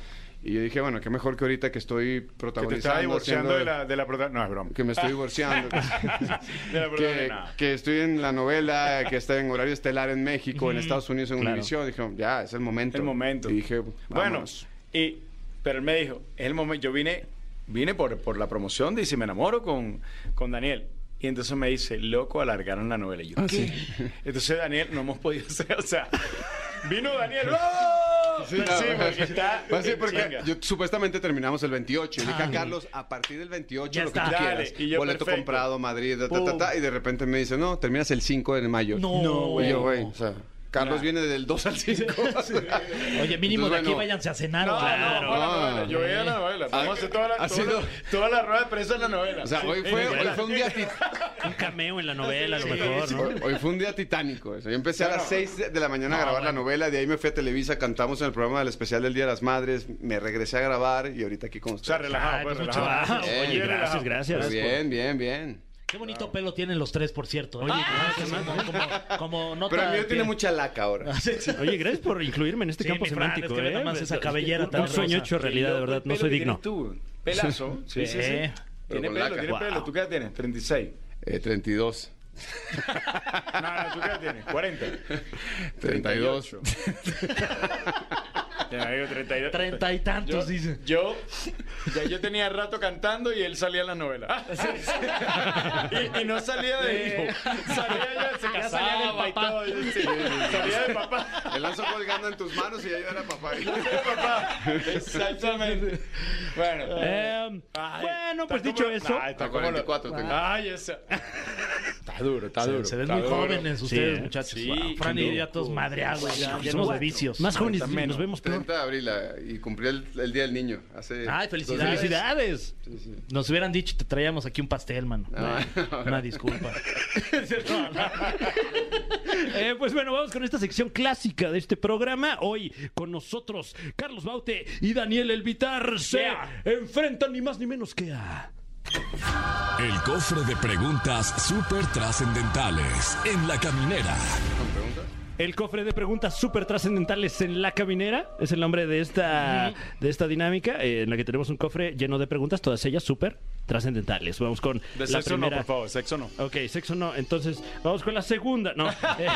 Speaker 7: Y yo dije, bueno, qué mejor que ahorita que estoy
Speaker 6: Que te estaba
Speaker 7: protagonizando.
Speaker 6: divorciando
Speaker 7: haciendo-
Speaker 6: de la, de la prota- No, es broma.
Speaker 7: Que me estoy divorciando.
Speaker 6: De la
Speaker 7: que,
Speaker 6: protagonista.
Speaker 7: que estoy en la novela, que está en horario estelar en México, en Estados Unidos, en
Speaker 2: Claro.
Speaker 7: Univisión. Dije, ya, es el momento.
Speaker 6: El momento.
Speaker 7: Y dije,
Speaker 6: bueno,
Speaker 7: vámonos.
Speaker 6: y, pero él me dijo, es el momento, yo vine, vine por, por la promoción de Y si me enamoro con, con Daniel. Y entonces me dice, loco, alargaron la novela. Y
Speaker 7: Ah,
Speaker 6: yo, ¿qué? Entonces Daniel, no hemos podido hacer, o sea, vino Daniel, ¡oh! Sí,
Speaker 7: no,
Speaker 6: porque está...
Speaker 7: Pues sí,
Speaker 6: en
Speaker 7: porque
Speaker 6: chinga. Ah.
Speaker 7: yo- supuestamente terminamos el 28. Y le dije a Carlos, a partir del 28,
Speaker 3: Ya
Speaker 7: lo que tú
Speaker 3: está.
Speaker 7: quieras.
Speaker 6: Dale, y yo,
Speaker 7: Boleto
Speaker 6: perfecto.
Speaker 7: comprado, Madrid, ta, ta,
Speaker 6: Pum.
Speaker 7: ta, y de repente me dice, no, terminas el 5 de mayo.
Speaker 3: No,
Speaker 7: Y
Speaker 3: güey.
Speaker 7: yo, güey, o sea, Carlos viene del 2 al 5.
Speaker 3: Oye, mínimo de aquí váyanse a cenar.
Speaker 6: No,
Speaker 3: o algo.
Speaker 6: no, fue la novela. Yo veía la novela. Vamos a hacer toda la,
Speaker 7: Ah, Ha
Speaker 6: toda, la-
Speaker 7: sido-
Speaker 6: toda la rueda de prensa en la novela.
Speaker 7: O sea, hoy fue, hoy fue un día tit-
Speaker 2: Un cameo en la novela, a lo mejor, ¿no?
Speaker 7: hoy- hoy fue un día titánico. eso. Yo empecé a las
Speaker 6: Claro.
Speaker 7: 6 de la mañana a grabar la novela, de ahí me fui a Televisa, cantamos en el programa del especial del Día de las Madres, me regresé a grabar y ahorita aquí con
Speaker 6: O sea,
Speaker 7: ustedes.
Speaker 6: relajado,
Speaker 2: Ah,
Speaker 6: pues,
Speaker 2: pues mucho
Speaker 6: relajado.
Speaker 2: trabajo.
Speaker 7: Bien,
Speaker 2: Oye,
Speaker 6: bien
Speaker 2: gracias,
Speaker 6: relajado.
Speaker 2: gracias.
Speaker 7: bien, bien, bien.
Speaker 3: Qué bonito pelo tienen los tres, por cierto. Oye, como, como, como nota
Speaker 7: Pero el mío
Speaker 3: de
Speaker 7: tiene
Speaker 3: pie.
Speaker 7: mucha laca ahora.
Speaker 3: Sí, sí.
Speaker 2: Oye, gracias por incluirme en este
Speaker 3: Sí,
Speaker 2: campo
Speaker 3: mi Fran,
Speaker 2: semántico,
Speaker 3: es que ve
Speaker 2: ¿eh?
Speaker 3: nomás esa cabellera tan
Speaker 2: Un sueño
Speaker 3: hermosa.
Speaker 2: hecho realidad, de verdad, no soy digno.
Speaker 8: Tú, pelazo. Sí, sí, sí.
Speaker 3: Eh,
Speaker 7: Pero
Speaker 8: Tiene
Speaker 7: con
Speaker 8: pelo,
Speaker 7: laca.
Speaker 8: tiene
Speaker 7: Wow.
Speaker 8: pelo. ¿Tú qué edad tienes? 36.
Speaker 7: Eh, 32.
Speaker 6: No, no, ¿tú qué edad tienes? 40.
Speaker 7: 32.
Speaker 6: Ya, digo, 32.
Speaker 3: Treinta y
Speaker 6: Yo,
Speaker 3: tantos, dice.
Speaker 6: yo, ya yo tenía rato cantando y él salía en la novela. Y, y no salía de hijo. Salía ya, se
Speaker 3: Ya
Speaker 6: casaba
Speaker 3: salía del
Speaker 6: y
Speaker 3: papá.
Speaker 6: todo. sí, salía de papá.
Speaker 7: El lanzo colgando en tus manos y ya era papá.
Speaker 6: papá. Exactamente. Bueno.
Speaker 2: Eh,
Speaker 6: Ay,
Speaker 2: bueno, pues
Speaker 6: está
Speaker 2: dicho
Speaker 6: como-
Speaker 2: eso.
Speaker 6: Ay, está
Speaker 7: Está
Speaker 6: como lo-
Speaker 7: 44. tengo.
Speaker 6: Ay, esa.
Speaker 8: Está duro, está
Speaker 3: Se,
Speaker 8: duro.
Speaker 3: se ven
Speaker 8: está
Speaker 3: muy
Speaker 8: duro.
Speaker 3: jóvenes ustedes, muchachos.
Speaker 8: sí,
Speaker 3: Wow, Fran y yo
Speaker 8: qué
Speaker 3: ya todos madreados, ya, llenos de vicios.
Speaker 2: Más jóvenes
Speaker 6: Ahorita menos.
Speaker 2: nos vemos peor.
Speaker 7: 30 de abril eh, y cumplí el, el Día del Niño. Hace
Speaker 3: Ay, felicidades.
Speaker 7: dos días.
Speaker 3: Este, pues, Felicidades. Nos hubieran dicho, te traíamos aquí un pastel, mano.
Speaker 7: Ah.
Speaker 3: Una disculpa.
Speaker 2: Eh, pues bueno, vamos con esta sección clásica de este programa. Hoy con nosotros Carlos Baute y Daniel Elvitar se enfrentan ni más ni menos que a...
Speaker 1: El cofre de preguntas súper trascendentales en la caminera.
Speaker 7: ¿Con preguntas?
Speaker 2: El cofre de preguntas súper trascendentales en la caminera es el nombre de esta, de esta dinámica eh, en la que tenemos un cofre lleno de preguntas, todas ellas súper trascendentales. Vamos con
Speaker 6: De
Speaker 2: la
Speaker 6: sexo
Speaker 2: primera.
Speaker 6: no, por favor, sexo no.
Speaker 2: Ok, sexo no. Entonces, vamos con la segunda. No. Eh,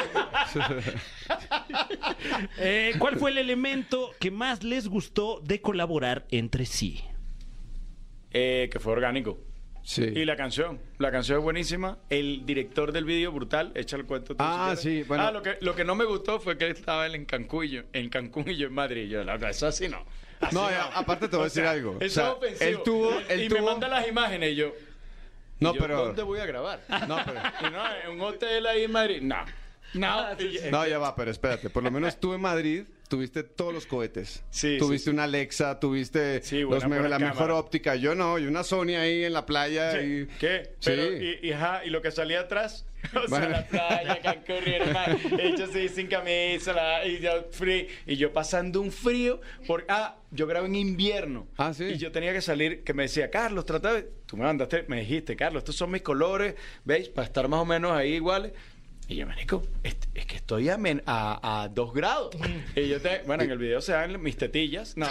Speaker 2: eh, ¿Cuál fue el elemento que más les gustó de colaborar entre sí?
Speaker 6: Eh, que fue orgánico. Y
Speaker 7: Sí.
Speaker 6: la canción, la canción es buenísima. El director del video, brutal, echa el cuento. tú,
Speaker 7: Ah,
Speaker 6: si
Speaker 7: sí,
Speaker 6: quieres.
Speaker 7: bueno.
Speaker 6: Ah, lo que, lo que no me gustó fue que él estaba él en Cancún y yo en, Cancún y yo en Madrid. Yo, no, no, eso así no. Así
Speaker 7: No, eh, a- aparte te
Speaker 6: O
Speaker 7: voy a decir
Speaker 6: sea,
Speaker 7: algo.
Speaker 6: Eso
Speaker 7: O sea,
Speaker 6: es ofensivo.
Speaker 7: él tuvo- él
Speaker 6: y me
Speaker 7: tuvo-
Speaker 6: manda las imágenes y yo,
Speaker 7: No,
Speaker 6: yo,
Speaker 7: pero.
Speaker 6: ¿dónde voy a grabar?
Speaker 7: No, pero.
Speaker 6: Y no, en un hotel ahí en Madrid. No. No. Y-
Speaker 7: No, ya va, pero espérate. Por lo menos tú en Madrid tuviste todos los cohetes.
Speaker 6: Sí, sí,
Speaker 7: Tuviste
Speaker 6: sí.
Speaker 7: una Alexa, tuviste
Speaker 6: Sí,
Speaker 7: los
Speaker 6: buena
Speaker 7: me-
Speaker 6: buena
Speaker 7: la
Speaker 6: cámara.
Speaker 7: mejor óptica. Yo no, y una Sony ahí en la playa. Y...
Speaker 6: ¿Qué?
Speaker 7: Sí.
Speaker 6: Pero, y, y, ajá, y lo que salía atrás, o sea,
Speaker 7: Bueno.
Speaker 6: la playa, Cancún, Río Hermano, ellos sí, sin camisa, la- y yo frío, y yo pasando un frío, por, ah, yo grabo en invierno,
Speaker 7: Ah, sí.
Speaker 6: y yo tenía que salir, que me decía, Carlos, trata de, tú me mandaste, me dijiste, Carlos, estos son mis colores, ¿veis? Para estar más o menos ahí iguales. Y yo, marico, es, es que estoy a, men- a, a dos grados.
Speaker 7: Mm.
Speaker 6: Y yo te... Bueno, en el video se dan mis tetillas. No.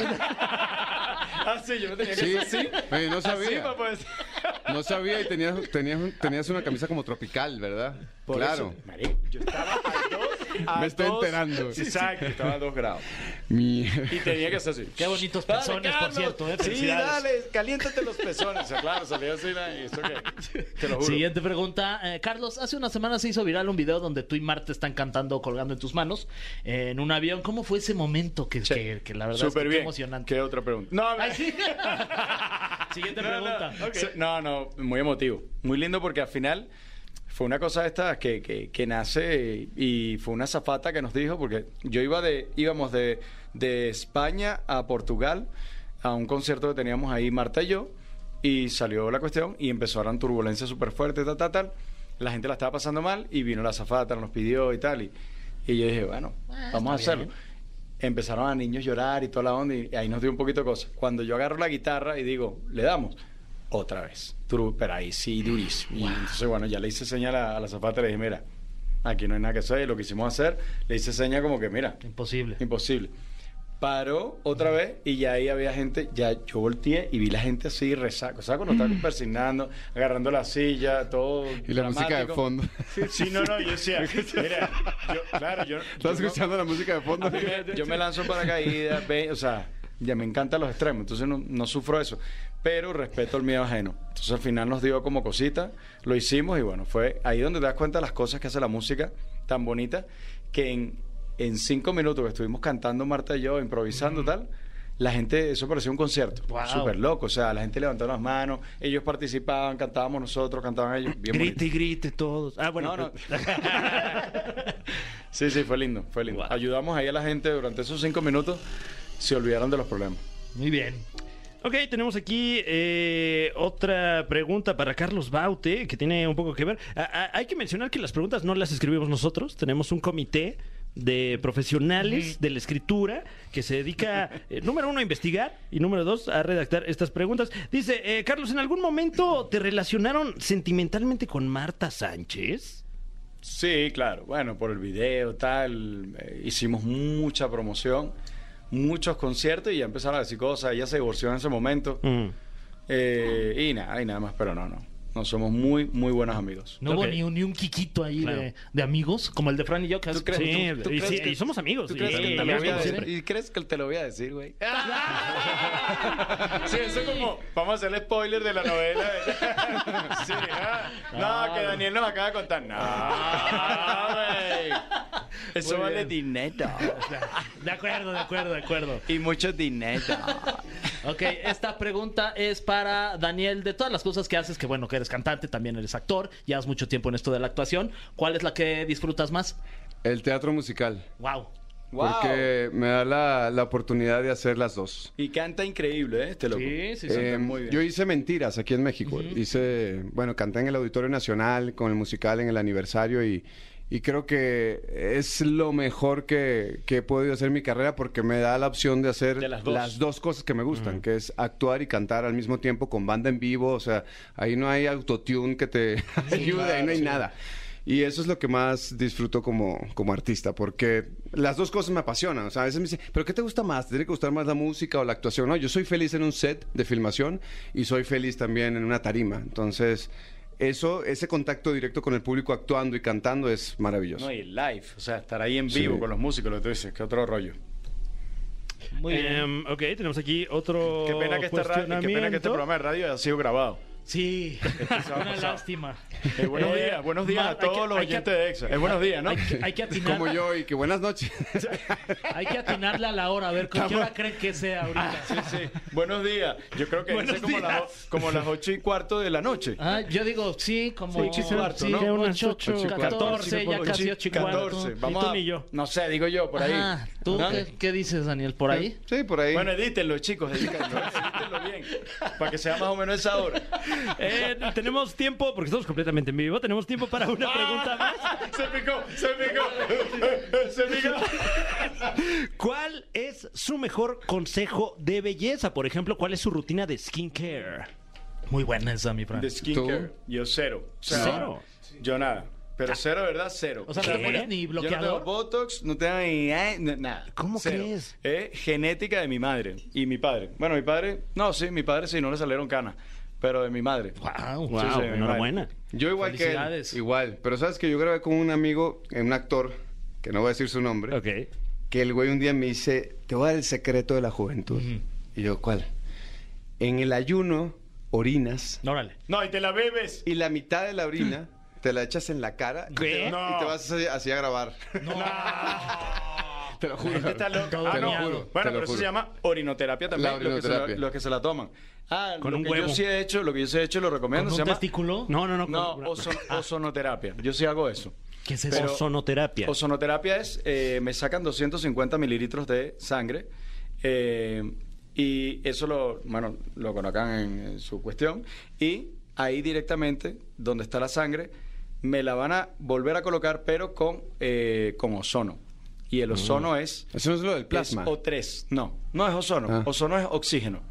Speaker 6: Así, yo me tenía que
Speaker 7: Sí,
Speaker 6: hacer así. pues.
Speaker 7: eh, no sabía.
Speaker 6: Así, para poder-
Speaker 7: No sabía y tenías, tenías, un- tenías una camisa como tropical, ¿verdad?
Speaker 6: Por
Speaker 7: claro.
Speaker 6: eso, marico, yo estaba a dos. a
Speaker 7: Me estoy
Speaker 6: dos-
Speaker 7: enterando.
Speaker 6: Exacto, estaba a dos grados.
Speaker 7: Mi-
Speaker 6: Y tenía que ser así.
Speaker 3: Qué bonitos
Speaker 6: Dale,
Speaker 3: pezones, por
Speaker 6: Carlos.
Speaker 3: cierto, ¿eh?
Speaker 6: Sí,
Speaker 3: Felicidades.
Speaker 6: dale, caliéntate los pezones. O sea, claro, salía así. ¿no? Y eso que, te lo juro.
Speaker 3: Siguiente pregunta. Eh, Carlos, hace una semana se hizo viral un video donde tú y Marte están cantando colgando en tus manos eh, en un avión. ¿Cómo fue ese momento? Que,
Speaker 6: Sí.
Speaker 3: que- que la verdad es que
Speaker 6: Súper
Speaker 3: qué
Speaker 6: bien.
Speaker 3: emocionante.
Speaker 6: ¿Qué otra pregunta? No,
Speaker 3: Ay, sí. Siguiente
Speaker 6: No,
Speaker 3: pregunta.
Speaker 6: No, ok. Sí, no, no, muy emotivo. Muy lindo porque al final fue una cosa esta que, que- que nace y fue una zafata que nos dijo, porque yo iba de, íbamos de, de España a Portugal a un concierto que teníamos ahí Marta y yo, y salió la cuestión y empezaron turbulencias súper fuertes, tal, tal, tal. La gente la estaba pasando mal y vino la zafata, nos pidió y tal. Y, y yo dije, bueno, vamos a hacerlo empezaron a niños llorar y toda la onda, y ahí nos dio un poquito de cosas. Cuando yo agarro la guitarra y digo, le damos, otra vez, Tru- pero ahí sí, durísimo. Y entonces, bueno, ya le hice señal a, a la zapata, le dije, mira, aquí no hay nada que hacer, y lo que hicimos hacer, le hice señal como que, mira,
Speaker 3: Imposible.
Speaker 6: imposible. Paró otra vez y ya ahí había gente, ya yo volteé y vi la gente así rezaco, ¿sabes? Cuando estaban persignando, agarrando la silla, todo.
Speaker 7: Mm. Y la música de
Speaker 6: dramático.
Speaker 7: fondo.
Speaker 6: Sí, no, no, yo decía, mira, yo- claro, yo. yo
Speaker 7: ¿Estás
Speaker 6: no-
Speaker 7: escuchando la música de fondo?
Speaker 6: a mí me- yo me lanzo en paracaídas, ve- o sea, ya me encantan los extremos, entonces no, no sufro eso. Pero respeto el miedo ajeno. Entonces al final nos dio como cosita, lo hicimos y bueno, fue ahí donde te das cuenta de las cosas que hace la música tan bonita, que en, en cinco minutos que estuvimos cantando Marta y yo, improvisando tal, la gente, eso parecía un concierto.
Speaker 3: Wow.
Speaker 6: Súper loco, o sea, la gente levantó las manos, ellos participaban, cantábamos nosotros, cantaban ellos. Bien bonito.
Speaker 2: grite todos. Ah, bueno.
Speaker 6: No, no. Sí, sí, fue lindo, fue lindo.
Speaker 2: Wow.
Speaker 6: Ayudamos ahí a la gente durante esos cinco minutos, se olvidaron de los problemas.
Speaker 3: Muy bien.
Speaker 2: Ok, tenemos aquí eh, otra pregunta para Carlos Baute, que tiene un poco que ver. A- a- hay que mencionar que las preguntas no las escribimos nosotros, tenemos un comité de profesionales de la escritura que se dedica, eh, número uno, a investigar y número dos, a redactar estas preguntas. Dice, eh, Carlos, ¿en algún momento te relacionaron sentimentalmente con Marta Sánchez?
Speaker 6: Sí, claro. Bueno, por el video, tal. eh, hicimos mucha promoción, muchos conciertos y ya empezaron a decir cosas. Ella se divorció en ese momento.
Speaker 2: Mm.
Speaker 6: eh, y nada, y nada más, pero no, no. No somos muy, muy buenos amigos.
Speaker 3: No hubo
Speaker 2: Ok.
Speaker 3: ni un, ni un quiquito ahí
Speaker 2: Claro.
Speaker 3: de, de amigos, como el de Fran y yo. Que
Speaker 6: ¿Tú crees?
Speaker 2: Sí,
Speaker 6: ¿Tú- tú
Speaker 2: y,
Speaker 6: crees
Speaker 2: sí,
Speaker 6: que-
Speaker 2: y somos amigos.
Speaker 6: ¿Tú crees
Speaker 2: y-
Speaker 6: que te
Speaker 2: y
Speaker 6: lo voy a
Speaker 2: como
Speaker 6: decir?
Speaker 2: siempre.
Speaker 6: ¿Y crees que te lo voy a decir, güey? sí, eso es como. Vamos a hacer el spoiler de la novela. sí, ¿ah? No, que Daniel nos acaba de contar. No, güey. Eso vale dinero.
Speaker 3: De acuerdo, de acuerdo, de acuerdo.
Speaker 6: Y mucho dinero.
Speaker 3: Ok, esta pregunta es para Daniel. De todas las cosas que haces, que bueno, que eres cantante, también eres actor, llevas mucho tiempo en esto de la actuación. ¿Cuál es la que disfrutas más?
Speaker 7: El teatro musical.
Speaker 3: Wow.
Speaker 6: Wow.
Speaker 7: Porque me da la, la oportunidad de hacer las dos.
Speaker 6: Y canta increíble, ¿eh? Este loco.
Speaker 3: sí,
Speaker 7: Eh,
Speaker 6: muy bien.
Speaker 7: Yo hice mentiras aquí en México. Hice, bueno, canté en el Auditorio Nacional con el musical en el aniversario y, y creo que es lo mejor que, que he podido hacer en mi carrera porque me da la opción de hacer
Speaker 6: De las dos.
Speaker 7: cosas que me gustan, que es actuar y cantar al mismo tiempo con banda en vivo. O sea, ahí no hay autotune que te ayude, ahí no hay nada. Y eso es lo que más disfruto como, como artista, porque las dos cosas me apasionan. O sea, a veces me dicen, ¿pero qué te gusta más? ¿Te tiene que gustar más la música o la actuación? No, yo soy feliz en un set de filmación y soy feliz también en una tarima. Entonces, eso, ese contacto directo con el público actuando y cantando es maravilloso.
Speaker 6: No, y live, o sea, estar ahí en
Speaker 7: Sí.
Speaker 6: vivo con los músicos, lo que tú dices, que otro rollo.
Speaker 3: Muy bien.
Speaker 2: Em, ok, tenemos aquí otro.
Speaker 6: Qué pena que este, ra- qué pena que este
Speaker 2: cuestionamiento.
Speaker 6: programa de radio haya sido grabado.
Speaker 3: Sí,
Speaker 6: se va a
Speaker 3: una
Speaker 6: pasar.
Speaker 3: lástima.
Speaker 6: Eh, buenos
Speaker 3: Eh,
Speaker 6: días, buenos días
Speaker 3: Mar, hay
Speaker 6: a todos
Speaker 3: que-
Speaker 6: los
Speaker 3: hay que-
Speaker 6: oyentes de EXA. Es buenos días, ¿no?
Speaker 3: Hay, que- hay que atinar,
Speaker 7: Como yo y que buenas noches.
Speaker 3: hay que atinarle a la hora, a ver con qué hora creen que sea ahorita.
Speaker 6: Ah, Sí, sí. Buenos días. Yo creo que
Speaker 2: Buenos
Speaker 6: es como, las
Speaker 2: días.
Speaker 6: o- como las ocho y cuarto de la noche.
Speaker 3: Ah, yo digo, sí, como
Speaker 6: Sí, ocho y cuarto,
Speaker 3: sí,
Speaker 6: ¿no?
Speaker 3: como
Speaker 2: Unas
Speaker 3: ocho,
Speaker 2: ocho y
Speaker 3: ocho,
Speaker 2: cuarto.
Speaker 3: 14, ya casi 8 y cuarto.
Speaker 6: 14.
Speaker 2: Ni
Speaker 6: Vamos
Speaker 2: tú
Speaker 6: a-
Speaker 2: ni yo.
Speaker 6: No sé, digo yo, por ahí.
Speaker 3: Ah, ¿tú
Speaker 6: ¿No?
Speaker 3: qué, qué dices, Daniel? ¿Por ahí?
Speaker 7: Sí, por ahí.
Speaker 6: Bueno, edítenlo, chicos, edítenlo, edítenlo bien. Para que sea más o menos esa hora.
Speaker 2: Eh, tenemos tiempo, porque estamos completamente en vivo, tenemos tiempo para una pregunta más.
Speaker 6: Se picó, se picó, se picó.
Speaker 2: ¿Cuál es su mejor consejo de belleza? Por ejemplo, ¿cuál es su rutina de skincare?
Speaker 3: Muy buena esa, mi Fran.
Speaker 6: De skincare,
Speaker 7: ¿Tú?
Speaker 6: yo cero. O sea,
Speaker 2: Cero.
Speaker 6: Yo nada. Pero cero, ¿verdad? Cero.
Speaker 3: O sea, no
Speaker 2: ¿Qué?
Speaker 3: te pones ni
Speaker 6: Yo no
Speaker 3: bloqueador.
Speaker 6: tengo Botox, no tengo ni eh, n- nada.
Speaker 2: ¿Cómo
Speaker 6: Cero.
Speaker 2: crees?
Speaker 6: Es genética de mi madre y mi padre. Bueno, mi padre, no, sí, mi padre sí, no le salieron canas, pero de mi madre.
Speaker 3: Wow,
Speaker 2: Wow,
Speaker 6: sí, mi madre.
Speaker 2: enhorabuena.
Speaker 7: Yo igual que él,
Speaker 3: Felicidades.
Speaker 7: igual. Pero sabes que yo grabé con un amigo, eh, un actor, que no voy a decir su nombre.
Speaker 2: Ok.
Speaker 7: que el güey un día me dice, te voy a dar el secreto de la juventud. Y yo, ¿cuál? En el ayuno orinas
Speaker 3: Órale.
Speaker 6: No, y te la bebes.
Speaker 7: y la mitad de la orina te la echas en la cara y
Speaker 2: ¿Qué?
Speaker 7: te,
Speaker 6: No.
Speaker 7: y te vas así, así a grabar. te lo juro.
Speaker 6: Gente está loca.
Speaker 3: Todo
Speaker 6: Ah, no.
Speaker 3: dañado.
Speaker 6: Bueno,
Speaker 7: Te
Speaker 6: pero
Speaker 7: lo
Speaker 6: eso
Speaker 7: juro.
Speaker 6: se llama orinoterapia también. los
Speaker 7: La
Speaker 6: que se la-
Speaker 7: orinoterapia.
Speaker 6: Los que se la toman. Ah,
Speaker 2: Con
Speaker 6: lo
Speaker 2: un
Speaker 6: que
Speaker 2: huevo.
Speaker 6: Yo sí he hecho, lo que yo sí he hecho, lo recomiendo.
Speaker 3: ¿Con un
Speaker 6: se llama.
Speaker 3: testículo?
Speaker 2: No, no, no.
Speaker 6: No,
Speaker 2: con-
Speaker 6: ozo-
Speaker 7: Ah.
Speaker 6: ozonoterapia. Yo sí hago eso.
Speaker 3: ¿Qué es eso?
Speaker 6: pero-
Speaker 2: Ozonoterapia.
Speaker 6: Ozonoterapia es, eh, me sacan 250 mililitros de sangre eh, y eso lo, bueno, lo colocan en, en su cuestión y ahí directamente, donde está la sangre, me la van a volver a colocar pero con, eh, con ozono. Y el ozono es...
Speaker 7: Eso no es lo del plasma.
Speaker 6: Es O3. No, no es ozono.
Speaker 7: Ah.
Speaker 6: Ozono es oxígeno.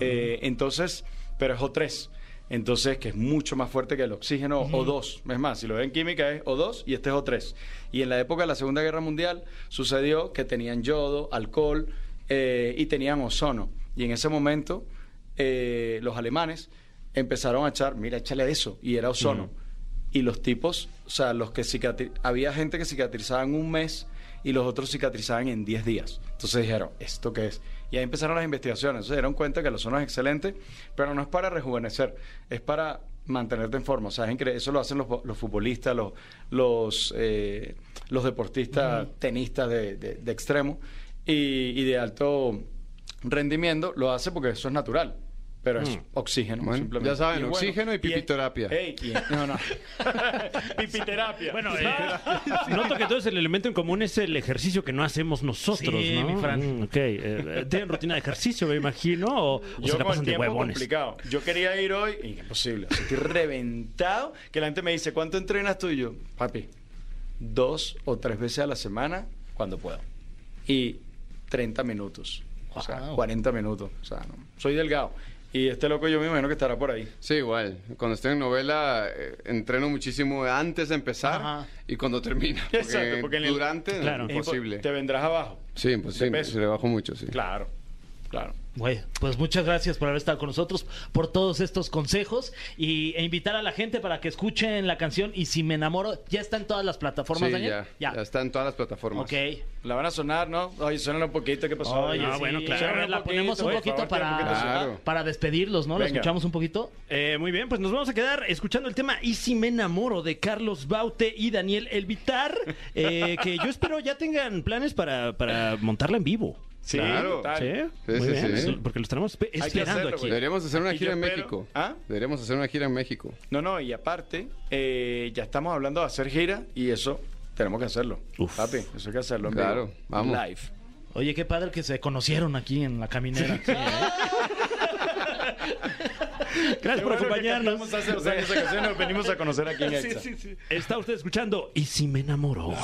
Speaker 6: Eh, entonces, pero es O3. Entonces, que es mucho más fuerte que el oxígeno O2. Es más, si lo ven en química es O2 y este es O3. Y en la época de la Segunda Guerra Mundial sucedió que tenían yodo, alcohol eh, y tenían ozono. Y en ese momento eh, los alemanes empezaron a echar, mira, échale eso. Y era ozono. Y los tipos, o sea, los que cicatri- había gente que cicatrizaban un mes y los otros cicatrizaban en 10 días. Entonces dijeron, ¿esto qué es? Y ahí empezaron las investigaciones. Se dieron cuenta que la zona es excelente, pero no es para rejuvenecer, es para mantenerte en forma. O sea, es incre- eso lo hacen los, bo- los futbolistas, los, los, eh, los deportistas, tenistas de, de- de extremo y, y de alto rendimiento. Lo hace porque eso es natural.
Speaker 9: Pero es oxígeno,
Speaker 7: Mm. Bueno,
Speaker 9: simplemente.
Speaker 7: ya saben,
Speaker 9: es
Speaker 7: oxígeno y
Speaker 9: es-
Speaker 7: pipiterapia.
Speaker 9: Ey, y- no, no. pipiterapia.
Speaker 2: Bueno, eh, noto que entonces el elemento en común es el ejercicio que no hacemos nosotros,
Speaker 3: Sí,
Speaker 2: ¿no?
Speaker 3: mi Fran.
Speaker 2: Mm, ok, eh, tienen rutina de ejercicio, me imagino, o, o
Speaker 9: Yo
Speaker 2: se la
Speaker 9: con el
Speaker 2: pasan de
Speaker 9: tiempo
Speaker 2: huevones.
Speaker 9: complicado. Yo quería ir hoy, y imposible. Estoy reventado. Que la gente me dice, ¿cuánto entrenas tú? Y yo, papi, dos o tres veces a la semana, cuando puedo. Y 30 minutos. O sea,
Speaker 3: Wow.
Speaker 9: 40 minutos. O sea, no. soy delgado. Y este loco yo me imagino que estará por ahí.
Speaker 7: Sí, igual. Cuando estoy en novela, eh, entreno muchísimo antes de empezar
Speaker 3: Ajá.
Speaker 7: y cuando termina. Porque
Speaker 9: Exacto, porque en el-
Speaker 7: durante no,
Speaker 2: Claro.
Speaker 7: imposible.
Speaker 9: Te vendrás abajo.
Speaker 7: Sí, imposible.
Speaker 9: peso.
Speaker 7: Se le bajó mucho, sí.
Speaker 9: Claro, claro.
Speaker 3: Güey, pues muchas gracias por haber estado con nosotros, por todos estos consejos y, e invitar a la gente para que escuchen la canción y si me enamoro, ya está en todas las plataformas,
Speaker 7: Sí,
Speaker 3: Daniel?
Speaker 7: ya, ya. está en todas las plataformas.
Speaker 3: Ok.
Speaker 9: La van a sonar, ¿no? Oye, suena un poquito. ¿Qué pasó?
Speaker 3: Oye,
Speaker 2: Ah,
Speaker 3: sí.
Speaker 2: bueno, claro.
Speaker 3: A ver, la ponemos un
Speaker 9: Oye,
Speaker 3: poquito
Speaker 9: por favor,
Speaker 3: para,
Speaker 9: tiene un poquito
Speaker 7: de- Claro.
Speaker 3: para despedirlos, ¿no? La
Speaker 9: Venga.
Speaker 3: escuchamos un poquito.
Speaker 2: Eh, muy bien, pues nos vamos a quedar escuchando el tema Y si me enamoro de Carlos Baute y Daniel Elvitar, eh, que yo espero ya tengan planes para, para montarla en vivo.
Speaker 9: Sí,
Speaker 7: Claro.
Speaker 9: total.
Speaker 2: ¿Sí?
Speaker 7: Sí,
Speaker 2: Muy
Speaker 7: sí,
Speaker 2: bien,
Speaker 7: sí.
Speaker 2: porque lo tenemos espe-
Speaker 9: que
Speaker 2: esperando
Speaker 9: hacerlo,
Speaker 2: aquí.
Speaker 9: güey.
Speaker 7: Deberíamos hacer una
Speaker 9: Aquí
Speaker 7: gira
Speaker 9: yo
Speaker 7: en
Speaker 9: espero-
Speaker 7: México.
Speaker 9: ¿Ah?
Speaker 7: Deberíamos hacer una gira en México.
Speaker 9: No, no, y aparte, eh, ya estamos hablando de hacer gira y eso tenemos que hacerlo.
Speaker 2: Uf.
Speaker 9: Papi, eso hay que hacerlo. en
Speaker 7: Claro,
Speaker 9: vivo.
Speaker 7: vamos.
Speaker 9: Live.
Speaker 3: Oye, qué padre que se conocieron aquí en la caminera.
Speaker 2: Gracias
Speaker 9: Qué
Speaker 2: por
Speaker 9: bueno que
Speaker 2: acompañarnos.
Speaker 9: cantamos hace dos años esa canción y nos venimos a conocer aquí en Exa.
Speaker 2: Está usted escuchando Y si me enamoro.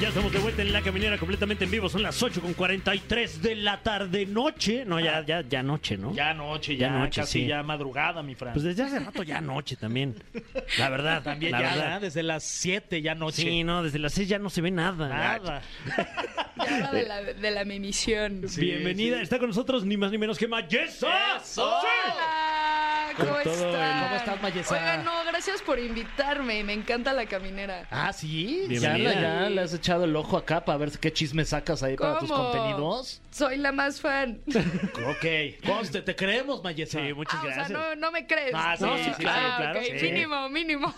Speaker 2: Ya estamos de vuelta en la caminera completamente en vivo. Son las 8 con 43 de la tarde noche. No, ya, ya, ya noche, ¿no?
Speaker 3: ya noche,
Speaker 2: Ya
Speaker 3: ya,
Speaker 2: noche,
Speaker 3: casi
Speaker 2: sí.
Speaker 3: ya madrugada, mi Fran.
Speaker 2: Pues desde hace rato ya noche también. La verdad,
Speaker 3: También
Speaker 2: la
Speaker 3: ya,
Speaker 2: verdad.
Speaker 3: ¿verdad? desde las 7 ya noche.
Speaker 2: Sí, no, desde las 6 ya no se ve nada.
Speaker 3: Nada.
Speaker 10: Ya habla de la, de la mimisión.
Speaker 2: Bienvenida, está con nosotros ni más ni menos que Mayesa.
Speaker 10: Hola, ¿cómo
Speaker 3: Con todo el-
Speaker 10: están?
Speaker 3: ¿Cómo estás, Mayesa?
Speaker 10: Oigan, no, gracias por invitarme. Me encanta la caminera.
Speaker 3: Ah, sí. Ya,
Speaker 2: Bienvenida.
Speaker 3: la- ya le has echado el ojo acá para ver qué chisme sacas ahí para tus
Speaker 10: ¿Cómo?
Speaker 3: contenidos.
Speaker 10: Soy la más fan.
Speaker 3: Ok. Conste, te creemos, Mayesa.
Speaker 2: Sí, muchas
Speaker 10: Ah, o sea,
Speaker 2: gracias.
Speaker 10: no, no me crees.
Speaker 3: Ah, sí,
Speaker 10: No,
Speaker 3: sí, sí,
Speaker 10: ah,
Speaker 2: claro,
Speaker 10: ok,
Speaker 2: sí.
Speaker 10: Mínimo, mínimo.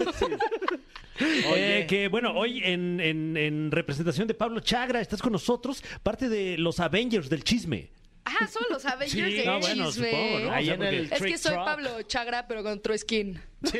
Speaker 3: Oye.
Speaker 2: Eh, que bueno, hoy en, en- en representación de Pablo Chagra estás con nosotros, parte de los Avengers del chisme.
Speaker 10: Ah, solo los Avengers
Speaker 2: Sí,
Speaker 10: del
Speaker 2: no, bueno,
Speaker 10: chisme.
Speaker 2: supongo, ¿no?
Speaker 3: Ahí
Speaker 2: O sea,
Speaker 3: en
Speaker 2: porque-
Speaker 3: el
Speaker 10: Es que
Speaker 3: Trick
Speaker 10: soy
Speaker 3: Truck.
Speaker 10: Pablo Chagra, pero con true skin. Sí,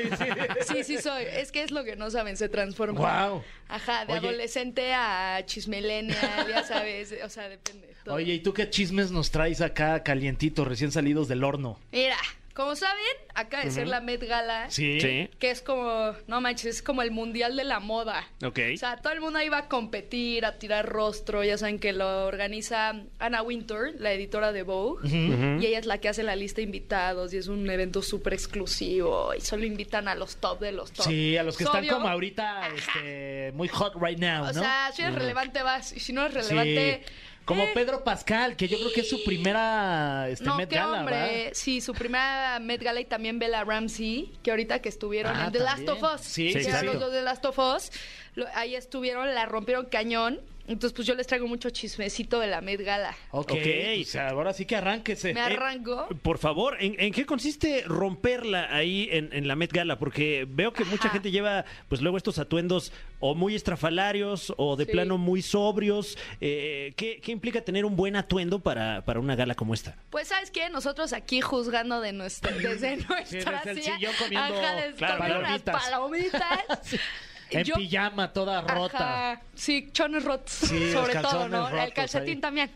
Speaker 10: sí. Sí, soy. Es que es lo que no saben, se transforma.
Speaker 3: Guau.
Speaker 10: Ajá, de
Speaker 3: Oye.
Speaker 10: adolescente a chismelenial, ya sabes. O sea, depende. todo.
Speaker 3: Oye, ¿y tú qué chismes nos traes acá calientitos, recién salidos del horno?
Speaker 10: Mira, como saben, acaba de ser la Met Gala.
Speaker 3: Sí.
Speaker 2: Sí.
Speaker 10: Que es como, no manches, es como el mundial de la moda.
Speaker 2: Ok.
Speaker 10: O sea, todo el mundo iba a competir, a tirar rostro. Ya saben que lo organiza Anna Winter, la editora de Vogue. Y ella es la que hace la lista de invitados. Y es un evento súper exclusivo. Y solo invitan a los top de los top.
Speaker 3: Sí, a los que
Speaker 10: Es
Speaker 3: están
Speaker 10: obvio.
Speaker 3: como ahorita este, muy hot right now, ¿no?
Speaker 10: O sea, si eres relevante vas. Y si no eres
Speaker 3: Sí.
Speaker 10: relevante.
Speaker 3: Como
Speaker 10: eh,
Speaker 3: Pedro Pascal, que yo creo que es su primera este,
Speaker 10: no,
Speaker 3: Met
Speaker 10: qué
Speaker 3: Gala,
Speaker 10: hombre.
Speaker 3: ¿verdad?
Speaker 10: Sí, su primera Met Gala y también Bella Ramsey, que ahorita que estuvieron
Speaker 3: Ah,
Speaker 10: en The Last
Speaker 3: también.
Speaker 10: of Us.
Speaker 3: Sí,
Speaker 10: que
Speaker 2: sí,
Speaker 10: eran
Speaker 2: exacto.
Speaker 10: los dos de Last of Us. lo- ahí estuvieron, la rompieron cañón. Entonces, pues yo les traigo mucho chismecito de la Met Gala.
Speaker 3: Ok,
Speaker 2: Ok.
Speaker 3: o sea, ahora sí que arránquese. eh,
Speaker 10: Me arrancó.
Speaker 2: Por favor, ¿en, en qué consiste romperla ahí en, en la Met Gala? Porque veo que mucha
Speaker 10: Ajá.
Speaker 2: gente lleva, pues luego estos atuendos o muy estrafalarios o de
Speaker 10: Sí.
Speaker 2: plano muy sobrios. Eh, ¿qué, qué implica tener un buen atuendo para, para una gala como esta?
Speaker 10: Pues, ¿sabes qué? Nosotros aquí juzgando de nuestra, desde nuestra
Speaker 3: desde el
Speaker 10: silla,
Speaker 3: sillón comiendo,
Speaker 10: ajá, des-
Speaker 3: claro,
Speaker 10: comiendo unas palomitas.
Speaker 3: En
Speaker 10: Yo-
Speaker 3: pijama, toda rota.
Speaker 10: Ajá, Sí, chones rotos,
Speaker 3: Sí,
Speaker 10: sobre
Speaker 3: los
Speaker 10: todo,
Speaker 3: calzones
Speaker 10: ¿no?
Speaker 3: rotos
Speaker 10: el calcetín
Speaker 3: ahí.
Speaker 10: también.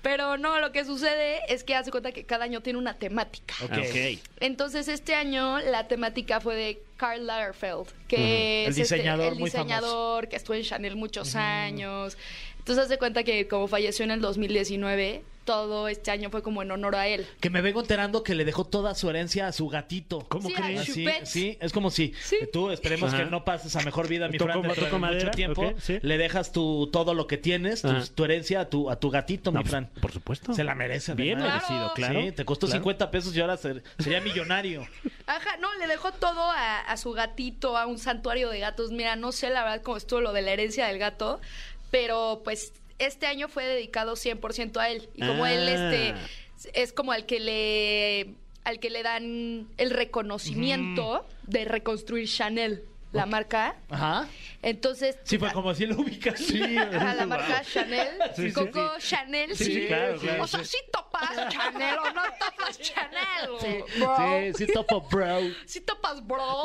Speaker 10: Pero no, lo que sucede es que hace cuenta que cada año tiene una temática.
Speaker 3: Ok.
Speaker 10: Entonces, este año la temática fue de Karl Lagerfeld, que
Speaker 3: Ujú. El
Speaker 10: es este-
Speaker 3: diseñador
Speaker 10: el
Speaker 3: muy famoso.
Speaker 10: diseñador que estuvo en Chanel muchos años. Entonces, hace cuenta que como falleció en el 2019, todo este año fue como en honor a él.
Speaker 3: Que me vengo enterando que le dejó toda su herencia a su gatito.
Speaker 2: ¿Cómo
Speaker 10: Sí,
Speaker 2: crees?
Speaker 10: a
Speaker 3: Sí,
Speaker 10: Chupet.
Speaker 3: sí, es como si
Speaker 10: Sí.
Speaker 3: tú esperemos
Speaker 2: Ajá.
Speaker 3: que no pases a mejor vida, mi
Speaker 2: Toco-
Speaker 3: Fran, dentro
Speaker 2: toco
Speaker 3: de
Speaker 2: madera,
Speaker 3: mucho tiempo.
Speaker 2: ok, sí.
Speaker 3: Le dejas tu todo lo que tienes, tus-
Speaker 2: Ajá.
Speaker 3: tu, herencia a tu, a tu gatito,
Speaker 2: No,
Speaker 3: mi
Speaker 2: pues,
Speaker 3: Fran.
Speaker 2: por supuesto.
Speaker 3: Se la merece.
Speaker 2: Bien
Speaker 3: además.
Speaker 2: merecido,
Speaker 10: Claro.
Speaker 2: claro.
Speaker 3: Sí, te costó
Speaker 2: Claro.
Speaker 3: 50 pesos y ahora ser- sería millonario.
Speaker 10: Ajá, no, le dejó todo a, a su gatito, a un santuario de gatos. Mira, no sé la verdad cómo estuvo lo de la herencia del gato, pero pues este año fue dedicado 100% a él. Y como
Speaker 2: Ah.
Speaker 10: él este es como al que le al que le dan el reconocimiento de reconstruir Chanel. la marca.
Speaker 3: Ajá.
Speaker 10: Entonces,
Speaker 3: Sí, fue como si lo ubicas. Sí,
Speaker 10: a la marca Chanel,
Speaker 3: Sí, sí,
Speaker 10: Coco Chanel,
Speaker 3: Sí, sí, claro, claro,
Speaker 10: O sea,
Speaker 3: sí.
Speaker 10: sí topas Chanel o no topas Chanel, bro.
Speaker 3: Sí, sí, topo, bro.
Speaker 10: Sí topas, bro.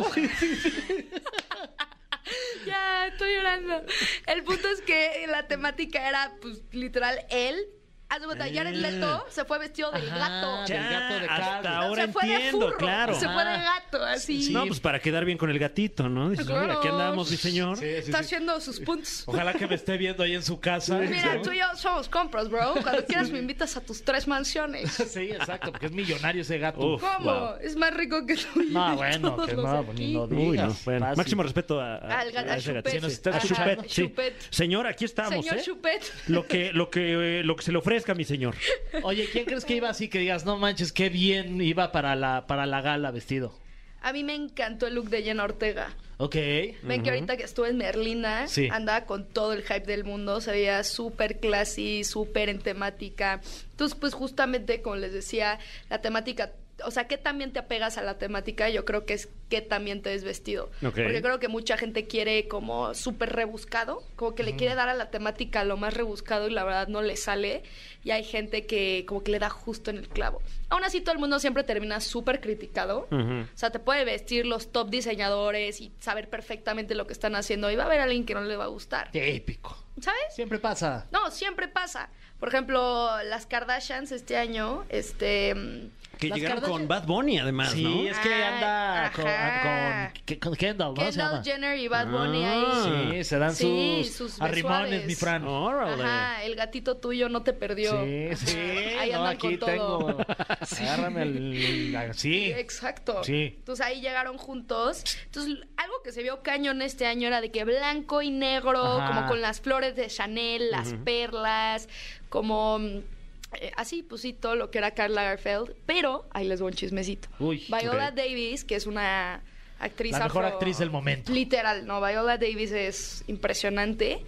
Speaker 10: ya, estoy llorando. El punto es que la temática era, pues, literal, él. Haz de cuenta, Jared Leto se fue vestido del
Speaker 3: Ajá,
Speaker 10: gato.
Speaker 3: del gato de
Speaker 2: Ya, hasta
Speaker 3: Carlos.
Speaker 2: ahora
Speaker 10: se fue
Speaker 2: entiendo,
Speaker 10: de furro,
Speaker 2: claro.
Speaker 10: Se fue de gato, así.
Speaker 2: No, pues para quedar bien con el gatito, ¿no? Dices,
Speaker 10: Claro.
Speaker 2: "Oye, aquí andamos, mi señor.
Speaker 3: Sí, sí,
Speaker 10: Está
Speaker 3: sí.
Speaker 10: haciendo sus puntos.
Speaker 3: Ojalá que me esté viendo ahí en su casa.
Speaker 10: Mira, tú y yo somos compras, bro. Cuando quieras me invitas a tus tres mansiones.
Speaker 3: Sí, exacto, porque es millonario ese gato.
Speaker 2: Uf,
Speaker 10: ¿Cómo?
Speaker 2: wow.
Speaker 10: Es más rico que tú. y
Speaker 3: No,
Speaker 10: yo
Speaker 3: bueno,
Speaker 10: todos
Speaker 3: que
Speaker 10: los
Speaker 3: no,
Speaker 10: aquí.
Speaker 3: ni lo digas.
Speaker 2: Uy, no, bueno,
Speaker 3: Fácil.
Speaker 2: máximo respeto a, a-
Speaker 10: Al gato,
Speaker 2: a
Speaker 10: a
Speaker 2: ese
Speaker 10: Chupet.
Speaker 2: gatito.
Speaker 3: Si nos estás
Speaker 10: Ajá,
Speaker 3: escuchando,
Speaker 2: Sí.
Speaker 10: Chupet.
Speaker 2: Señor, aquí estamos,
Speaker 10: Señor
Speaker 2: ¿eh?
Speaker 10: Chupet.
Speaker 2: Lo que, lo que, eh, lo que se le ofrezca, mi señor.
Speaker 3: Oye, ¿quién crees que iba así que digas, no manches, qué bien iba para la, para la gala vestido?
Speaker 10: A mí me encantó el look de Jenna Ortega.
Speaker 3: Ok.
Speaker 10: Ven que ahorita que estuve en Merlina,
Speaker 3: Sí.
Speaker 10: andaba con todo el hype del mundo, se veía súper classy, súper en temática. Entonces, pues justamente, como les decía, la temática, o sea, que también te apegas a la temática, yo creo que es que también te ves vestido.
Speaker 2: Ok.
Speaker 10: Porque creo que mucha gente quiere como súper rebuscado, como que le quiere dar a la temática lo más rebuscado y la verdad no le sale. Y hay gente que como que le da justo en el clavo. Aún así, todo el mundo siempre termina súper criticado.
Speaker 2: Ujú.
Speaker 10: O sea, te puede vestir los top diseñadores y saber perfectamente lo que están haciendo. Y va a haber alguien que no le va a gustar.
Speaker 3: Típico.
Speaker 10: ¿Sabes?
Speaker 3: Siempre pasa.
Speaker 10: No, siempre pasa. Por ejemplo, las Kardashians este año, este... mm,
Speaker 2: Que
Speaker 3: Las
Speaker 2: llegaron
Speaker 3: Kardashian-
Speaker 2: con Bad Bunny, además,
Speaker 3: sí,
Speaker 2: ¿no?
Speaker 3: es que
Speaker 10: Ay,
Speaker 3: anda con,
Speaker 10: ajá.
Speaker 3: con- que- con Kendall, ¿no? Se
Speaker 10: Kendall
Speaker 3: llama.
Speaker 10: Jenner y Bad Bunny
Speaker 2: Ah.
Speaker 10: ahí.
Speaker 3: Sí, se dan
Speaker 10: Sí,
Speaker 3: sus,
Speaker 10: sus
Speaker 3: arrimones,
Speaker 10: besuaves.
Speaker 3: mi Fran.
Speaker 2: Órale.
Speaker 10: Ajá, el gatito tuyo no te perdió.
Speaker 3: Sí, sí.
Speaker 10: Ahí
Speaker 3: no,
Speaker 10: andan
Speaker 3: aquí
Speaker 10: con todo.
Speaker 3: tengo. Agárrame el. el- Sí.
Speaker 10: Exacto.
Speaker 3: Sí.
Speaker 10: Entonces ahí llegaron juntos. Entonces, algo que se vio cañón este año era de que blanco y negro,
Speaker 3: Ajá.
Speaker 10: como con las flores de Chanel, las perlas, como mm, eh, así, pues sí, todo lo que era Karl Lagerfeld. Pero, ahí les voy un chismecito.
Speaker 3: Uy,
Speaker 10: Viola
Speaker 2: ok.
Speaker 10: Davis, que es una actriz
Speaker 3: La mejor
Speaker 10: afro-
Speaker 3: actriz del momento.
Speaker 10: Literal, no, Viola Davis es impresionante.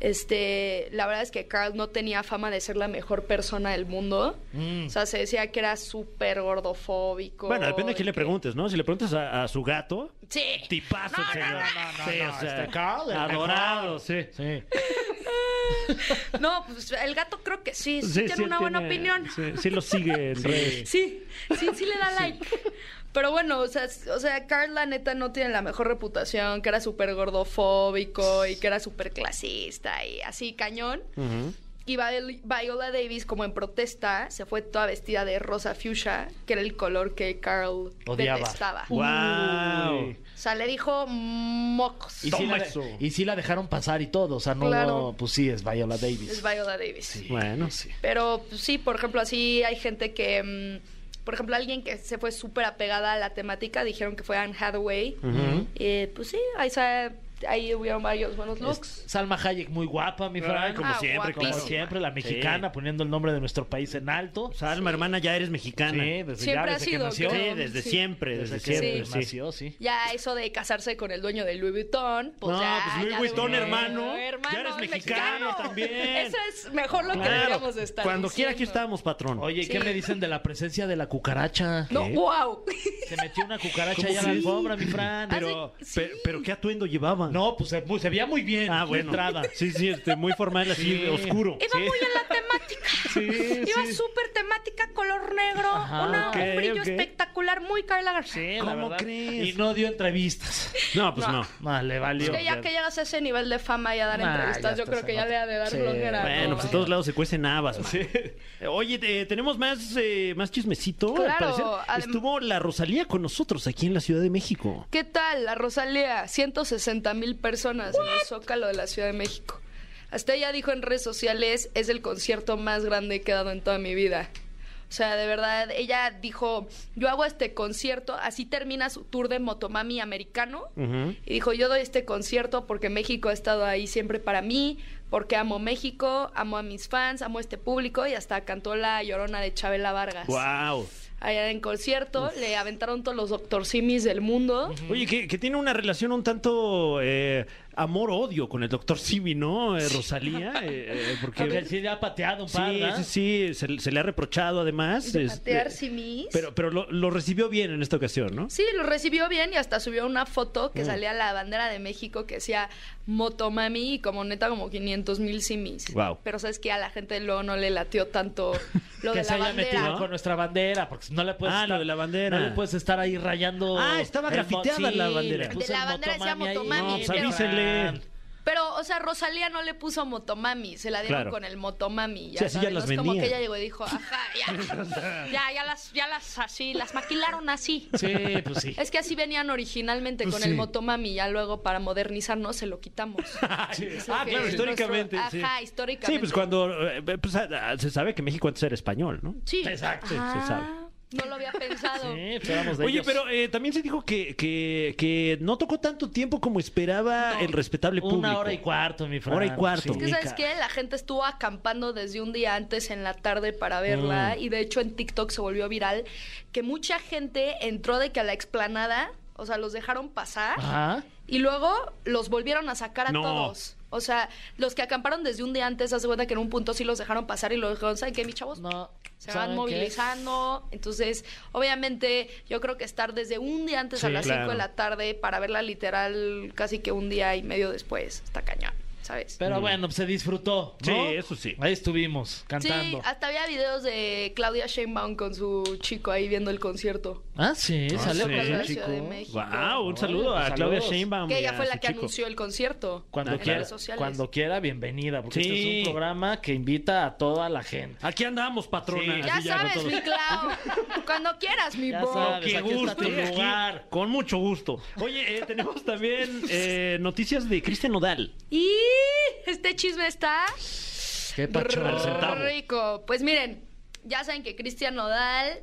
Speaker 10: Este, la verdad es que Carl no tenía fama de ser la mejor persona del mundo. O sea, se decía que era súper gordofóbico.
Speaker 2: Mm. Bueno, depende de
Speaker 10: y
Speaker 2: quién le
Speaker 10: que-
Speaker 2: preguntes, ¿no? Si le preguntas a, a su gato,
Speaker 10: Sí.
Speaker 2: tipazo,
Speaker 10: No, no,
Speaker 2: señor.
Speaker 3: no, no, no, este Carl, el
Speaker 2: adorado,
Speaker 3: mejor.
Speaker 2: sí.
Speaker 3: Sí.
Speaker 10: No, pues el gato creo que sí, sí,
Speaker 2: Sí,
Speaker 10: tiene
Speaker 2: sí,
Speaker 10: una buena
Speaker 2: tiene-
Speaker 10: opinión.
Speaker 2: Sí, sí lo sigue en redes.
Speaker 10: Sí, sí, sí le da like. Pero bueno, o sea, s- o sea, Carl la neta no tiene la mejor reputación, que era súper gordofóbico y que era súper clasista y así cañón.
Speaker 2: Ujú.
Speaker 10: Y Viol- Viola Davis, como en protesta, se fue toda vestida de rosa fuchsia, que era el color que Carl
Speaker 3: Odiaba.
Speaker 10: detestaba.
Speaker 2: Uy. Guau.
Speaker 10: O sea, le dijo mocos.
Speaker 3: Y sí,
Speaker 2: Toma
Speaker 3: la,
Speaker 2: eso.
Speaker 3: y sí la dejaron pasar y todo. O sea, no.
Speaker 10: Claro.
Speaker 3: Pues sí, es Viola Davis.
Speaker 10: Es Viola Davis.
Speaker 2: Bueno, sí.
Speaker 10: Pero pues, sí, por ejemplo, así hay gente que, mm, por ejemplo, alguien que se fue súper apegada a la temática, dijeron que fue Anne Hathaway. Eh, pues sí, ahí, se- ahí hubieron varios buenos looks.
Speaker 3: Es Salma Hayek muy guapa, mi Fran.
Speaker 2: como
Speaker 10: Ah,
Speaker 2: siempre, como
Speaker 3: Como
Speaker 10: guapísima.
Speaker 2: siempre.
Speaker 3: siempre, la mexicana poniendo el nombre de nuestro país en alto.
Speaker 2: Salma, hermana, ya eres mexicana.
Speaker 3: Sí, desde
Speaker 10: Siempre
Speaker 3: ya,
Speaker 10: ha
Speaker 3: desde que
Speaker 10: sido,
Speaker 3: nació.
Speaker 10: creo.
Speaker 2: Sí, desde
Speaker 10: Sí.
Speaker 2: siempre, desde,
Speaker 3: Desde que
Speaker 2: siempre, sí.
Speaker 3: nació, sí.
Speaker 10: Ya eso de casarse con el dueño de Louis Vuitton, pues
Speaker 2: No,
Speaker 10: ya.
Speaker 2: pues, Louis
Speaker 10: ya de
Speaker 2: Vuitton,
Speaker 10: una-
Speaker 2: hermano, ya eres
Speaker 10: es
Speaker 2: mexicano también.
Speaker 10: Eso es mejor lo que deberíamos de estar
Speaker 2: Cuando quiera aquí
Speaker 10: diciendo.
Speaker 2: estamos, patrón.
Speaker 3: Oye, ¿y ¿qué
Speaker 10: Sí.
Speaker 3: me dicen de la presencia de la cucaracha?
Speaker 10: No, uh.
Speaker 2: ¿Qué?
Speaker 10: wow.
Speaker 3: Se metió una cucaracha
Speaker 2: ¿Cómo
Speaker 3: allá a la
Speaker 2: sí?
Speaker 3: alfombra, mi Fran.
Speaker 10: Ah,
Speaker 2: pero, pe- pero ¿qué atuendo llevaban?
Speaker 3: No, pues se, se veía muy bien.
Speaker 2: Ah,
Speaker 3: la
Speaker 2: bueno.
Speaker 3: entrada.
Speaker 2: Sí, sí, este, muy formal así,
Speaker 3: Sí.
Speaker 2: oscuro.
Speaker 10: Iba muy en la temática. Iba súper temática, color negro,
Speaker 3: Ajá,
Speaker 10: una-
Speaker 2: ok,
Speaker 10: un brillo
Speaker 2: ok.
Speaker 10: espectacular, muy Carla García.
Speaker 3: Sí, la
Speaker 2: ¿Cómo
Speaker 3: verdad.
Speaker 2: crees?
Speaker 3: Y no dio entrevistas.
Speaker 2: No, pues no.
Speaker 3: Ah, le
Speaker 10: Es
Speaker 3: valió.
Speaker 10: que ya que llegas a ese nivel de fama y a dar
Speaker 3: Nah,
Speaker 10: entrevistas,
Speaker 3: ya
Speaker 10: yo
Speaker 3: estás
Speaker 10: creo que
Speaker 3: en
Speaker 10: ya
Speaker 3: otro.
Speaker 10: le ha de dar
Speaker 3: Sí.
Speaker 10: flojera.
Speaker 2: Bueno,
Speaker 10: ¿no?
Speaker 2: pues en todos lados se cuecen habas. man. Eh, Oye, te- tenemos más, eh, más chismecito. Al
Speaker 10: Claro,
Speaker 2: parecer
Speaker 10: adem-
Speaker 2: estuvo la Rosalía con nosotros aquí en la Ciudad de México.
Speaker 10: ¿Qué tal, la Rosalía? 160 mil personas en el Zócalo de la Ciudad de México. Hasta ella dijo en redes sociales, es el concierto más grande que he dado en toda mi vida. O sea, de verdad, ella dijo, yo hago este concierto, así termina su tour de Motomami americano.
Speaker 2: Ujú.
Speaker 10: Y dijo, yo doy este concierto porque México ha estado ahí siempre para mí, porque amo México, amo a mis fans, amo a este público y hasta cantó la llorona de Chabela Vargas.
Speaker 2: Wow.
Speaker 10: Allá en concierto le aventaron todos los doctor simis del mundo.
Speaker 2: Oye, que, que tiene una relación un tanto eh, amor-odio con el doctor Simi, ¿no, eh, Rosalía? Eh, eh, porque
Speaker 3: Porque sí le ha pateado un par,
Speaker 2: Sí,
Speaker 3: ¿verdad?
Speaker 2: sí, sí, se, se le ha reprochado además.
Speaker 10: De
Speaker 2: este,
Speaker 10: patear simis.
Speaker 2: Pero, pero lo, lo recibió bien en esta ocasión, ¿no?
Speaker 10: Sí, lo recibió bien y hasta subió una foto
Speaker 2: Mm.
Speaker 10: que salía la bandera de México que decía Motomami y como neta como 500 mil simis.
Speaker 2: Guau.
Speaker 10: Pero sabes que a la gente luego no le latió tanto lo
Speaker 3: que
Speaker 10: de
Speaker 3: se
Speaker 10: la
Speaker 3: haya
Speaker 10: bandera.
Speaker 3: metido con nuestra bandera, porque no le puedes
Speaker 2: Ah,
Speaker 3: estar,
Speaker 2: lo de la bandera.
Speaker 3: No le puedes estar ahí rayando.
Speaker 2: Ah, estaba
Speaker 3: el mo-
Speaker 2: grafiteada la bandera.
Speaker 3: le
Speaker 2: De
Speaker 3: puso
Speaker 10: la
Speaker 3: el
Speaker 10: bandera decía
Speaker 3: motomami ahí.
Speaker 10: motomami,
Speaker 2: No, pues
Speaker 10: pero-
Speaker 2: avísenle.
Speaker 10: Pero, o sea, Rosalía no le puso motomami, se la dieron
Speaker 2: Claro.
Speaker 10: con el motomami. Ya
Speaker 2: Sí, así ya
Speaker 10: sabes,
Speaker 2: las
Speaker 10: ¿no? Es como
Speaker 2: vendían.
Speaker 10: que ella llegó y dijo, ajá, ya, ya, ya las, ya las así, las maquilaron así.
Speaker 3: Sí, pues sí.
Speaker 10: Es que así venían originalmente
Speaker 3: Pues
Speaker 10: con
Speaker 3: sí.
Speaker 10: el motomami, ya luego para modernizarnos se lo quitamos. Es lo
Speaker 2: Ah,
Speaker 10: que
Speaker 2: claro,
Speaker 10: es
Speaker 2: históricamente.
Speaker 10: nuestro-
Speaker 2: sí.
Speaker 10: Ajá, históricamente.
Speaker 2: Sí, pues cuando. eh, pues, ah, se sabe que México antes era español, ¿no?
Speaker 10: Sí.
Speaker 3: Exacto.
Speaker 2: Se sabe.
Speaker 10: Ah, no lo había pensado.
Speaker 3: Sí, pues éramos de
Speaker 2: Oye,
Speaker 3: ellos.
Speaker 2: pero eh, también se dijo que, que, que no tocó tanto tiempo como esperaba el respetable público.
Speaker 3: Una hora y cuarto, mi Fran.
Speaker 2: Hora y cuarto.
Speaker 10: Es que, ¿sabes qué? La gente estuvo acampando desde un día antes en la tarde para verla. Y de hecho, en TikTok se volvió viral que mucha gente entró de que a la explanada, o sea, los dejaron pasar.
Speaker 3: Ajá.
Speaker 10: Y luego los volvieron a sacar a
Speaker 2: No.
Speaker 10: todos. O sea, los que acamparon desde un día antes, hace cuenta que en un punto sí los dejaron pasar y los dejaron, ¿saben qué, mis chavos?
Speaker 3: No.
Speaker 10: Pues, Se
Speaker 3: ¿saben
Speaker 10: van
Speaker 3: qué?
Speaker 10: movilizando. Entonces, obviamente, yo creo que estar desde un día antes a
Speaker 2: Sí,
Speaker 10: las 5
Speaker 2: claro.
Speaker 10: de la tarde para verla literal casi que un día y medio después, está cañón, ¿sabes?
Speaker 3: Pero bueno, pues se disfrutó. ¿no?
Speaker 2: Mm. Sí, eso sí.
Speaker 3: Ahí estuvimos cantando.
Speaker 10: Sí, hasta había videos de Claudia Sheinbaum con su chico ahí viendo el concierto.
Speaker 3: Ah, sí, salió
Speaker 2: sí.
Speaker 3: con
Speaker 10: Con
Speaker 3: un
Speaker 10: la
Speaker 3: chico.
Speaker 10: Ciudad de México.
Speaker 2: Wow, un
Speaker 3: Órale,
Speaker 2: saludo
Speaker 3: pues,
Speaker 2: a Claudia
Speaker 3: saludos.
Speaker 2: Sheinbaum.
Speaker 10: Que
Speaker 2: y
Speaker 10: ella
Speaker 2: a
Speaker 10: fue
Speaker 2: su
Speaker 10: la que
Speaker 2: chico.
Speaker 10: anunció el concierto.
Speaker 3: Cuando
Speaker 10: en
Speaker 3: quiera,
Speaker 10: redes sociales.
Speaker 3: cuando quiera, bienvenida, porque
Speaker 2: Sí.
Speaker 3: este es un programa que invita a toda la gente.
Speaker 2: Aquí andamos, patrona.
Speaker 3: Sí.
Speaker 2: Así
Speaker 10: Ya
Speaker 2: con
Speaker 10: sabes,
Speaker 2: todos.
Speaker 10: mi Clau. Cuando quieras, mi
Speaker 3: Ya
Speaker 10: bo.
Speaker 3: sabes.
Speaker 2: Qué
Speaker 3: Aquí está
Speaker 2: gusto,
Speaker 3: tu
Speaker 2: eh, aquí,
Speaker 3: lugar.
Speaker 2: con mucho gusto. Oye, eh, tenemos también eh, noticias de Cristian Nodal.
Speaker 10: Y este chisme está
Speaker 3: Qué
Speaker 2: Al centavo.
Speaker 10: rico. Pues miren, ya saben que Cristian Nodal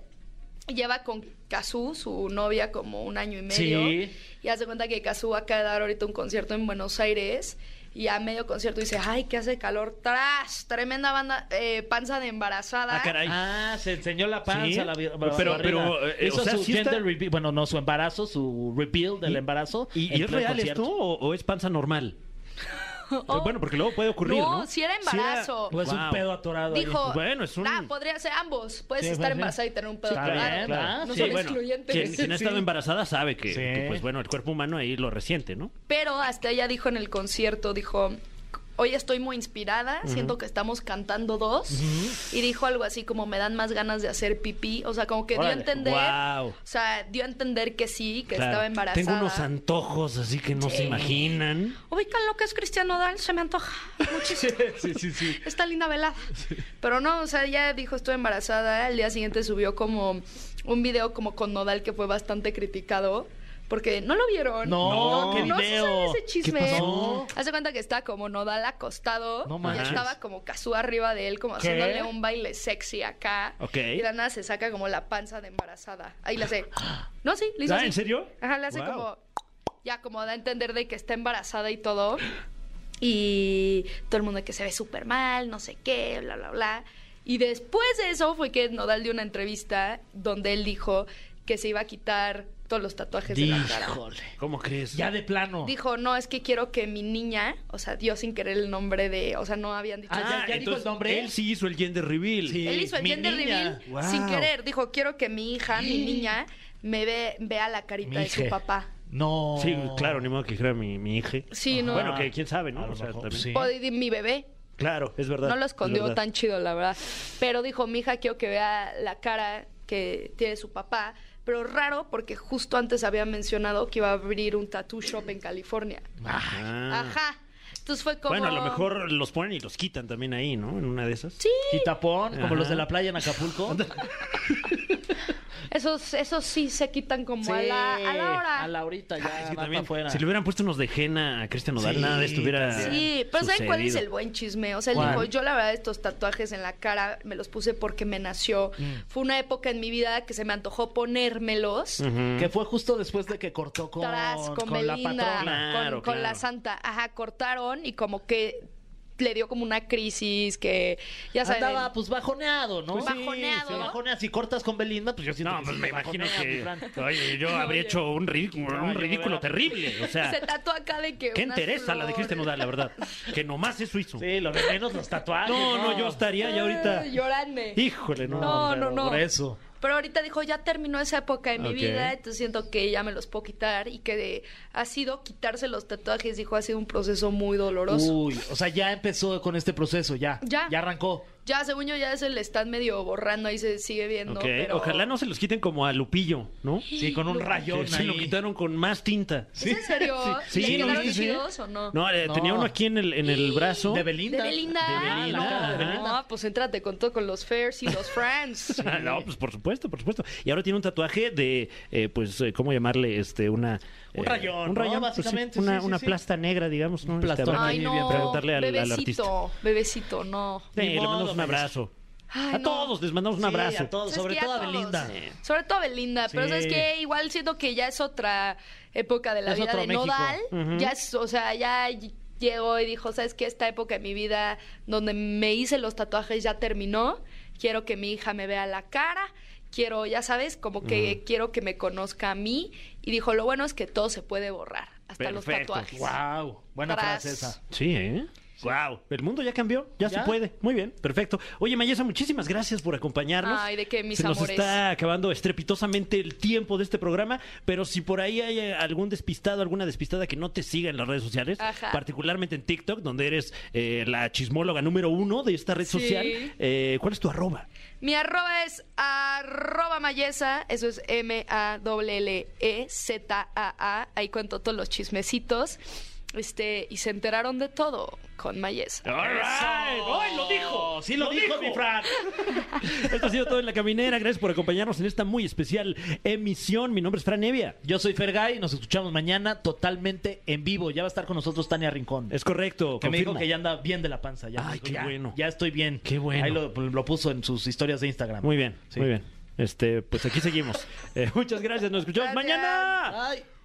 Speaker 10: lleva con Cazú, su novia, como un año y medio.
Speaker 3: Sí.
Speaker 10: Y hace cuenta que Cazú acaba de dar ahorita un concierto en Buenos Aires. Y a medio concierto dice, ay, que hace calor. Tras, tremenda banda, eh, panza de embarazada.
Speaker 2: Ah, caray.
Speaker 3: Ah, se enseñó la panza,
Speaker 2: Sí.
Speaker 3: la, vi- la
Speaker 2: Pero-
Speaker 3: barriga.
Speaker 2: pero, eh,
Speaker 3: hizo
Speaker 2: o sea,
Speaker 3: su
Speaker 2: sí está-
Speaker 3: gender reveal, bueno, no, su embarazo, su reveal del
Speaker 2: ¿Y-
Speaker 3: embarazo.
Speaker 2: ¿Y,
Speaker 3: en
Speaker 2: y es
Speaker 3: pleno
Speaker 2: real
Speaker 3: concierto.
Speaker 2: esto o, o es panza normal?
Speaker 10: Oh,
Speaker 2: Eh, Bueno, porque luego puede ocurrir, ¿no?
Speaker 10: No, si era embarazo.
Speaker 3: O es un
Speaker 2: Wow.
Speaker 3: pedo atorado. ahí.
Speaker 10: Dijo,
Speaker 2: Bueno, es un- pues
Speaker 10: ah, podría ser ambos. Puedes
Speaker 3: Sí,
Speaker 10: estar
Speaker 3: sí.
Speaker 10: embarazada y tener un pedo
Speaker 3: Sí,
Speaker 10: atorado.
Speaker 3: claro, claro.
Speaker 10: No
Speaker 3: Sí,
Speaker 10: son
Speaker 3: bueno,
Speaker 10: excluyentes.
Speaker 2: Ah, Quien, quien ha estado
Speaker 10: Sí.
Speaker 2: embarazada sabe que,
Speaker 3: Sí.
Speaker 2: que, pues bueno, el cuerpo humano ahí lo resiente, ¿no?
Speaker 10: Pero hasta ella dijo en el concierto, dijo, hoy estoy muy inspirada, siento que estamos cantando dos. Y dijo algo así como, me dan más ganas de hacer pipí. O sea, como que dio a
Speaker 3: Órale.
Speaker 10: entender...
Speaker 2: Guau.
Speaker 10: O sea, dio a entender que sí, que
Speaker 2: Claro.
Speaker 10: estaba embarazada.
Speaker 2: Tengo unos antojos así que no se imaginan.
Speaker 10: Ubican lo que es Cristiano Dal, se me antoja muchísimo.
Speaker 3: Sí, sí, sí.
Speaker 10: Está linda velada. Pero no, o sea, ella dijo estoy embarazada. Al día siguiente subió como un video como con Nodal que fue bastante criticado. Porque no lo vieron.
Speaker 3: No, ¿qué
Speaker 10: no se
Speaker 3: video?
Speaker 10: sabe ese chisme.
Speaker 3: ¿Qué pasó?
Speaker 10: Hace cuenta que está como Nodal acostado.
Speaker 3: No
Speaker 10: y
Speaker 3: manches.
Speaker 10: estaba como Cazú arriba de él, como
Speaker 3: ¿Qué?
Speaker 10: haciéndole un baile sexy acá.
Speaker 2: Ok.
Speaker 10: Y de la nada se saca como la panza de embarazada. Ahí la hace. No, sí, le hizo
Speaker 2: Ah,
Speaker 10: así.
Speaker 2: ¿en serio?
Speaker 10: Ajá, le hace
Speaker 2: Wow.
Speaker 10: como. Ya, como da a entender de que está embarazada y todo. Y todo el mundo que se ve súper mal, no sé qué, bla, bla, bla. Y después de eso fue que Nodal dio una entrevista donde él dijo que se iba a quitar todos los tatuajes de la cara.
Speaker 3: Híjole.
Speaker 2: ¿Cómo crees?
Speaker 3: Ya de plano.
Speaker 10: Dijo, no, es que quiero que mi niña, o sea, dio sin querer el nombre de, o sea, no habían dicho.
Speaker 3: Ah, ya- ya dijo el nombre.
Speaker 2: Él sí hizo el gender reveal.
Speaker 3: Sí.
Speaker 10: Él hizo el
Speaker 3: mi
Speaker 10: gender
Speaker 3: niña.
Speaker 10: reveal
Speaker 2: Wow.
Speaker 10: sin querer. Dijo, quiero que mi hija, mi niña, me ve, vea la carita de su
Speaker 3: Mije.
Speaker 10: papá.
Speaker 3: No.
Speaker 2: Sí, claro, ni modo que dijera mi, mi hija.
Speaker 10: Sí, no.
Speaker 2: Bueno, que quién sabe,
Speaker 3: A
Speaker 2: ¿no?
Speaker 3: lo
Speaker 2: O sea,
Speaker 3: mejor,
Speaker 2: también.
Speaker 3: sí.
Speaker 10: O de- de mi bebé.
Speaker 2: Claro, es verdad.
Speaker 10: No lo
Speaker 2: es
Speaker 10: escondió
Speaker 2: verdad.
Speaker 10: tan chido, la verdad. Pero dijo, mi hija, quiero que vea la cara que tiene su papá. Pero raro, porque justo antes había mencionado que iba a abrir un tattoo shop en California.
Speaker 2: Ah.
Speaker 10: Ajá. Entonces fue como...
Speaker 2: Bueno, a lo mejor los ponen y los quitan también ahí, ¿no? En una de esas.
Speaker 10: Sí,
Speaker 3: Quitapón,
Speaker 2: Ajá.
Speaker 3: como los de la playa en Acapulco.
Speaker 10: esos, esos sí se quitan como a, la, a la hora.
Speaker 3: A la horita ya.
Speaker 2: Ah, es que
Speaker 3: van
Speaker 2: también,
Speaker 3: pa' afuera.
Speaker 2: si le hubieran puesto unos de Jena a Cristian Nodal,
Speaker 3: Sí,
Speaker 2: nada de esto hubiera.
Speaker 10: Sí, pero ¿saben cuál es
Speaker 2: sucedido.
Speaker 10: el buen chisme? O sea, él
Speaker 3: ¿Cuál?
Speaker 10: dijo, yo la verdad estos tatuajes en la cara me los puse porque me nació.
Speaker 2: Mm.
Speaker 10: Fue una época en mi vida que se me antojó ponérmelos.
Speaker 3: Que fue justo después de que cortó con,
Speaker 10: Tras, con,
Speaker 3: con la
Speaker 10: Belinda,
Speaker 3: patrona.
Speaker 2: Claro,
Speaker 10: con, con
Speaker 2: claro.
Speaker 10: la santa. Ajá, cortaron y como que le dio como una crisis que, ya saben...
Speaker 3: Andaba
Speaker 10: el-
Speaker 3: pues bajoneado, ¿no?
Speaker 10: Pues sí, Bajoneado,
Speaker 3: Sí,
Speaker 10: ¿no?
Speaker 3: bajoneas y cortas con Belinda, pues yo siento
Speaker 2: No,
Speaker 3: que
Speaker 2: pues
Speaker 3: sí,
Speaker 2: me imagino
Speaker 3: bajonea, mi
Speaker 2: que.
Speaker 3: Fran.
Speaker 2: Oye, yo habría hecho un ridículo, un
Speaker 3: yo
Speaker 2: ridículo
Speaker 3: hubiera-
Speaker 2: terrible. O
Speaker 10: se
Speaker 2: sea,
Speaker 10: tatuó acá de que.
Speaker 2: Ah. ¿qué
Speaker 10: unas
Speaker 2: interesa la de Cristian
Speaker 10: flores.
Speaker 2: Nodal, la verdad? Que nomás es suizo.
Speaker 3: Sí, lo de menos los tatuajes.
Speaker 2: No, no, yo estaría ya ahorita.
Speaker 10: Ay, Llorarme.
Speaker 2: Híjole, no.
Speaker 10: No, no,
Speaker 3: pero
Speaker 10: no.
Speaker 3: Por eso.
Speaker 10: Pero ahorita dijo, ya terminó esa época en
Speaker 2: Ok.
Speaker 10: mi vida, entonces siento que ya me los puedo quitar y que de- ha sido quitarse los tatuajes, dijo, ha sido un proceso muy doloroso.
Speaker 2: Uh.
Speaker 3: Uy, o sea, ya empezó con este proceso, ya.
Speaker 10: Ya.
Speaker 3: Ya arrancó.
Speaker 10: Ya, según yo, ya se le están medio borrando, ahí se sigue viendo.
Speaker 2: Ok,
Speaker 10: pero-
Speaker 2: ojalá no se los quiten como a Lupillo, ¿no?
Speaker 3: Sí, con un
Speaker 10: Lo-
Speaker 3: rayón
Speaker 2: Que se lo
Speaker 3: ahí.
Speaker 2: quitaron con más tinta.
Speaker 10: ¿Es en serio?
Speaker 2: Sí,
Speaker 10: ¿Le
Speaker 2: sí,
Speaker 10: quedaron
Speaker 2: sí, sí.
Speaker 10: chidos o no?
Speaker 2: No, eh,
Speaker 3: No.
Speaker 2: tenía uno aquí en el, en el brazo.
Speaker 3: De
Speaker 10: ¿De
Speaker 3: Belinda.
Speaker 10: Belinda? Ah,
Speaker 2: De Belinda,
Speaker 10: No,
Speaker 2: ajá.
Speaker 10: no, pues entrate con todo, con los Fairs y los Friends.
Speaker 2: Ah, No, pues por supuesto, por supuesto. Y ahora tiene un tatuaje de, eh, pues, eh, ¿cómo llamarle? Este, una...
Speaker 3: Un
Speaker 2: eh,
Speaker 3: rayón,
Speaker 2: Un
Speaker 3: ¿no?
Speaker 2: rayón, pues, sí,
Speaker 3: Básicamente,
Speaker 2: una
Speaker 3: sí, sí,
Speaker 2: una
Speaker 3: sí.
Speaker 2: plasta negra, digamos. ¿no? Este,
Speaker 3: plastón.
Speaker 2: habrá que
Speaker 10: Ay, no,
Speaker 2: Preguntarle al, al artista.
Speaker 10: bebecito, bebecito, no.
Speaker 2: Sí,
Speaker 3: Ni
Speaker 2: le mandamos
Speaker 3: modo, pues.
Speaker 2: un abrazo.
Speaker 10: Ay,
Speaker 2: a
Speaker 10: no.
Speaker 2: todos les mandamos un
Speaker 3: Sí,
Speaker 2: abrazo.
Speaker 3: a todos,
Speaker 10: ¿Sabes
Speaker 3: sobre
Speaker 10: qué?
Speaker 3: todo a
Speaker 10: todos.
Speaker 3: Belinda.
Speaker 10: Sobre todo a Belinda, pero
Speaker 2: Sí.
Speaker 10: sabes que igual siento que ya es otra época de la
Speaker 3: Es
Speaker 10: vida
Speaker 3: otro
Speaker 10: de
Speaker 3: México.
Speaker 10: Nodal. Ya es, o sea, ya ll- llegó y dijo, sabes que esta época de mi vida donde me hice los tatuajes ya terminó. Quiero que mi hija me vea la cara. Quiero, ya sabes, como que quiero que me conozca a mí. Y dijo, lo bueno es que todo se puede borrar, hasta los
Speaker 2: Perfecto.
Speaker 10: tatuajes.
Speaker 3: Wow, Pues, buena
Speaker 10: Tras.
Speaker 3: frase esa.
Speaker 2: Sí, ¿eh? Wow, el mundo ya cambió, ya,
Speaker 3: ¿Ya?
Speaker 2: se puede. Muy bien, perfecto. Oye, Mayesa, muchísimas gracias por acompañarnos.
Speaker 10: Ay, ¿de qué, mis
Speaker 2: Se nos
Speaker 10: amores?
Speaker 2: está acabando estrepitosamente el tiempo de este programa, pero si por ahí hay eh, algún despistado, alguna despistada que no te siga en las redes sociales,
Speaker 10: Ajá.
Speaker 2: particularmente en TikTok, donde eres eh, la chismóloga número uno de esta red
Speaker 10: Sí.
Speaker 2: social, eh, ¿cuál es tu arroba?
Speaker 10: Mi arroba es arroba mayesa, eso es E M-A-L-L-E-Z-A-A. Ahí cuento todos los chismecitos. Este, y se enteraron de todo con Mayesa.
Speaker 2: All right. ¡Ay, lo dijo!
Speaker 3: Sí, lo, dijo, mi Fran.
Speaker 2: Esto ha sido todo en la caminera. Gracias por acompañarnos en esta muy especial emisión. Mi nombre es Fran Evia.
Speaker 3: Yo soy Fergay, nos escuchamos mañana totalmente en vivo. Ya va a estar con nosotros Tania Rincón.
Speaker 2: Es correcto.
Speaker 3: que me dijo
Speaker 2: confirmo.
Speaker 3: que ya anda bien de la panza. Ya me
Speaker 2: Ay,
Speaker 3: dijo,
Speaker 2: qué
Speaker 3: ya,
Speaker 2: bueno.
Speaker 3: Ya estoy bien.
Speaker 2: Qué bueno.
Speaker 3: Ahí lo, lo puso en sus historias de Instagram.
Speaker 2: Muy bien,
Speaker 3: Sí.
Speaker 2: muy bien. Este, pues aquí seguimos. Eh, muchas gracias, nos escuchamos
Speaker 10: Gracias.
Speaker 2: mañana.
Speaker 3: Ay.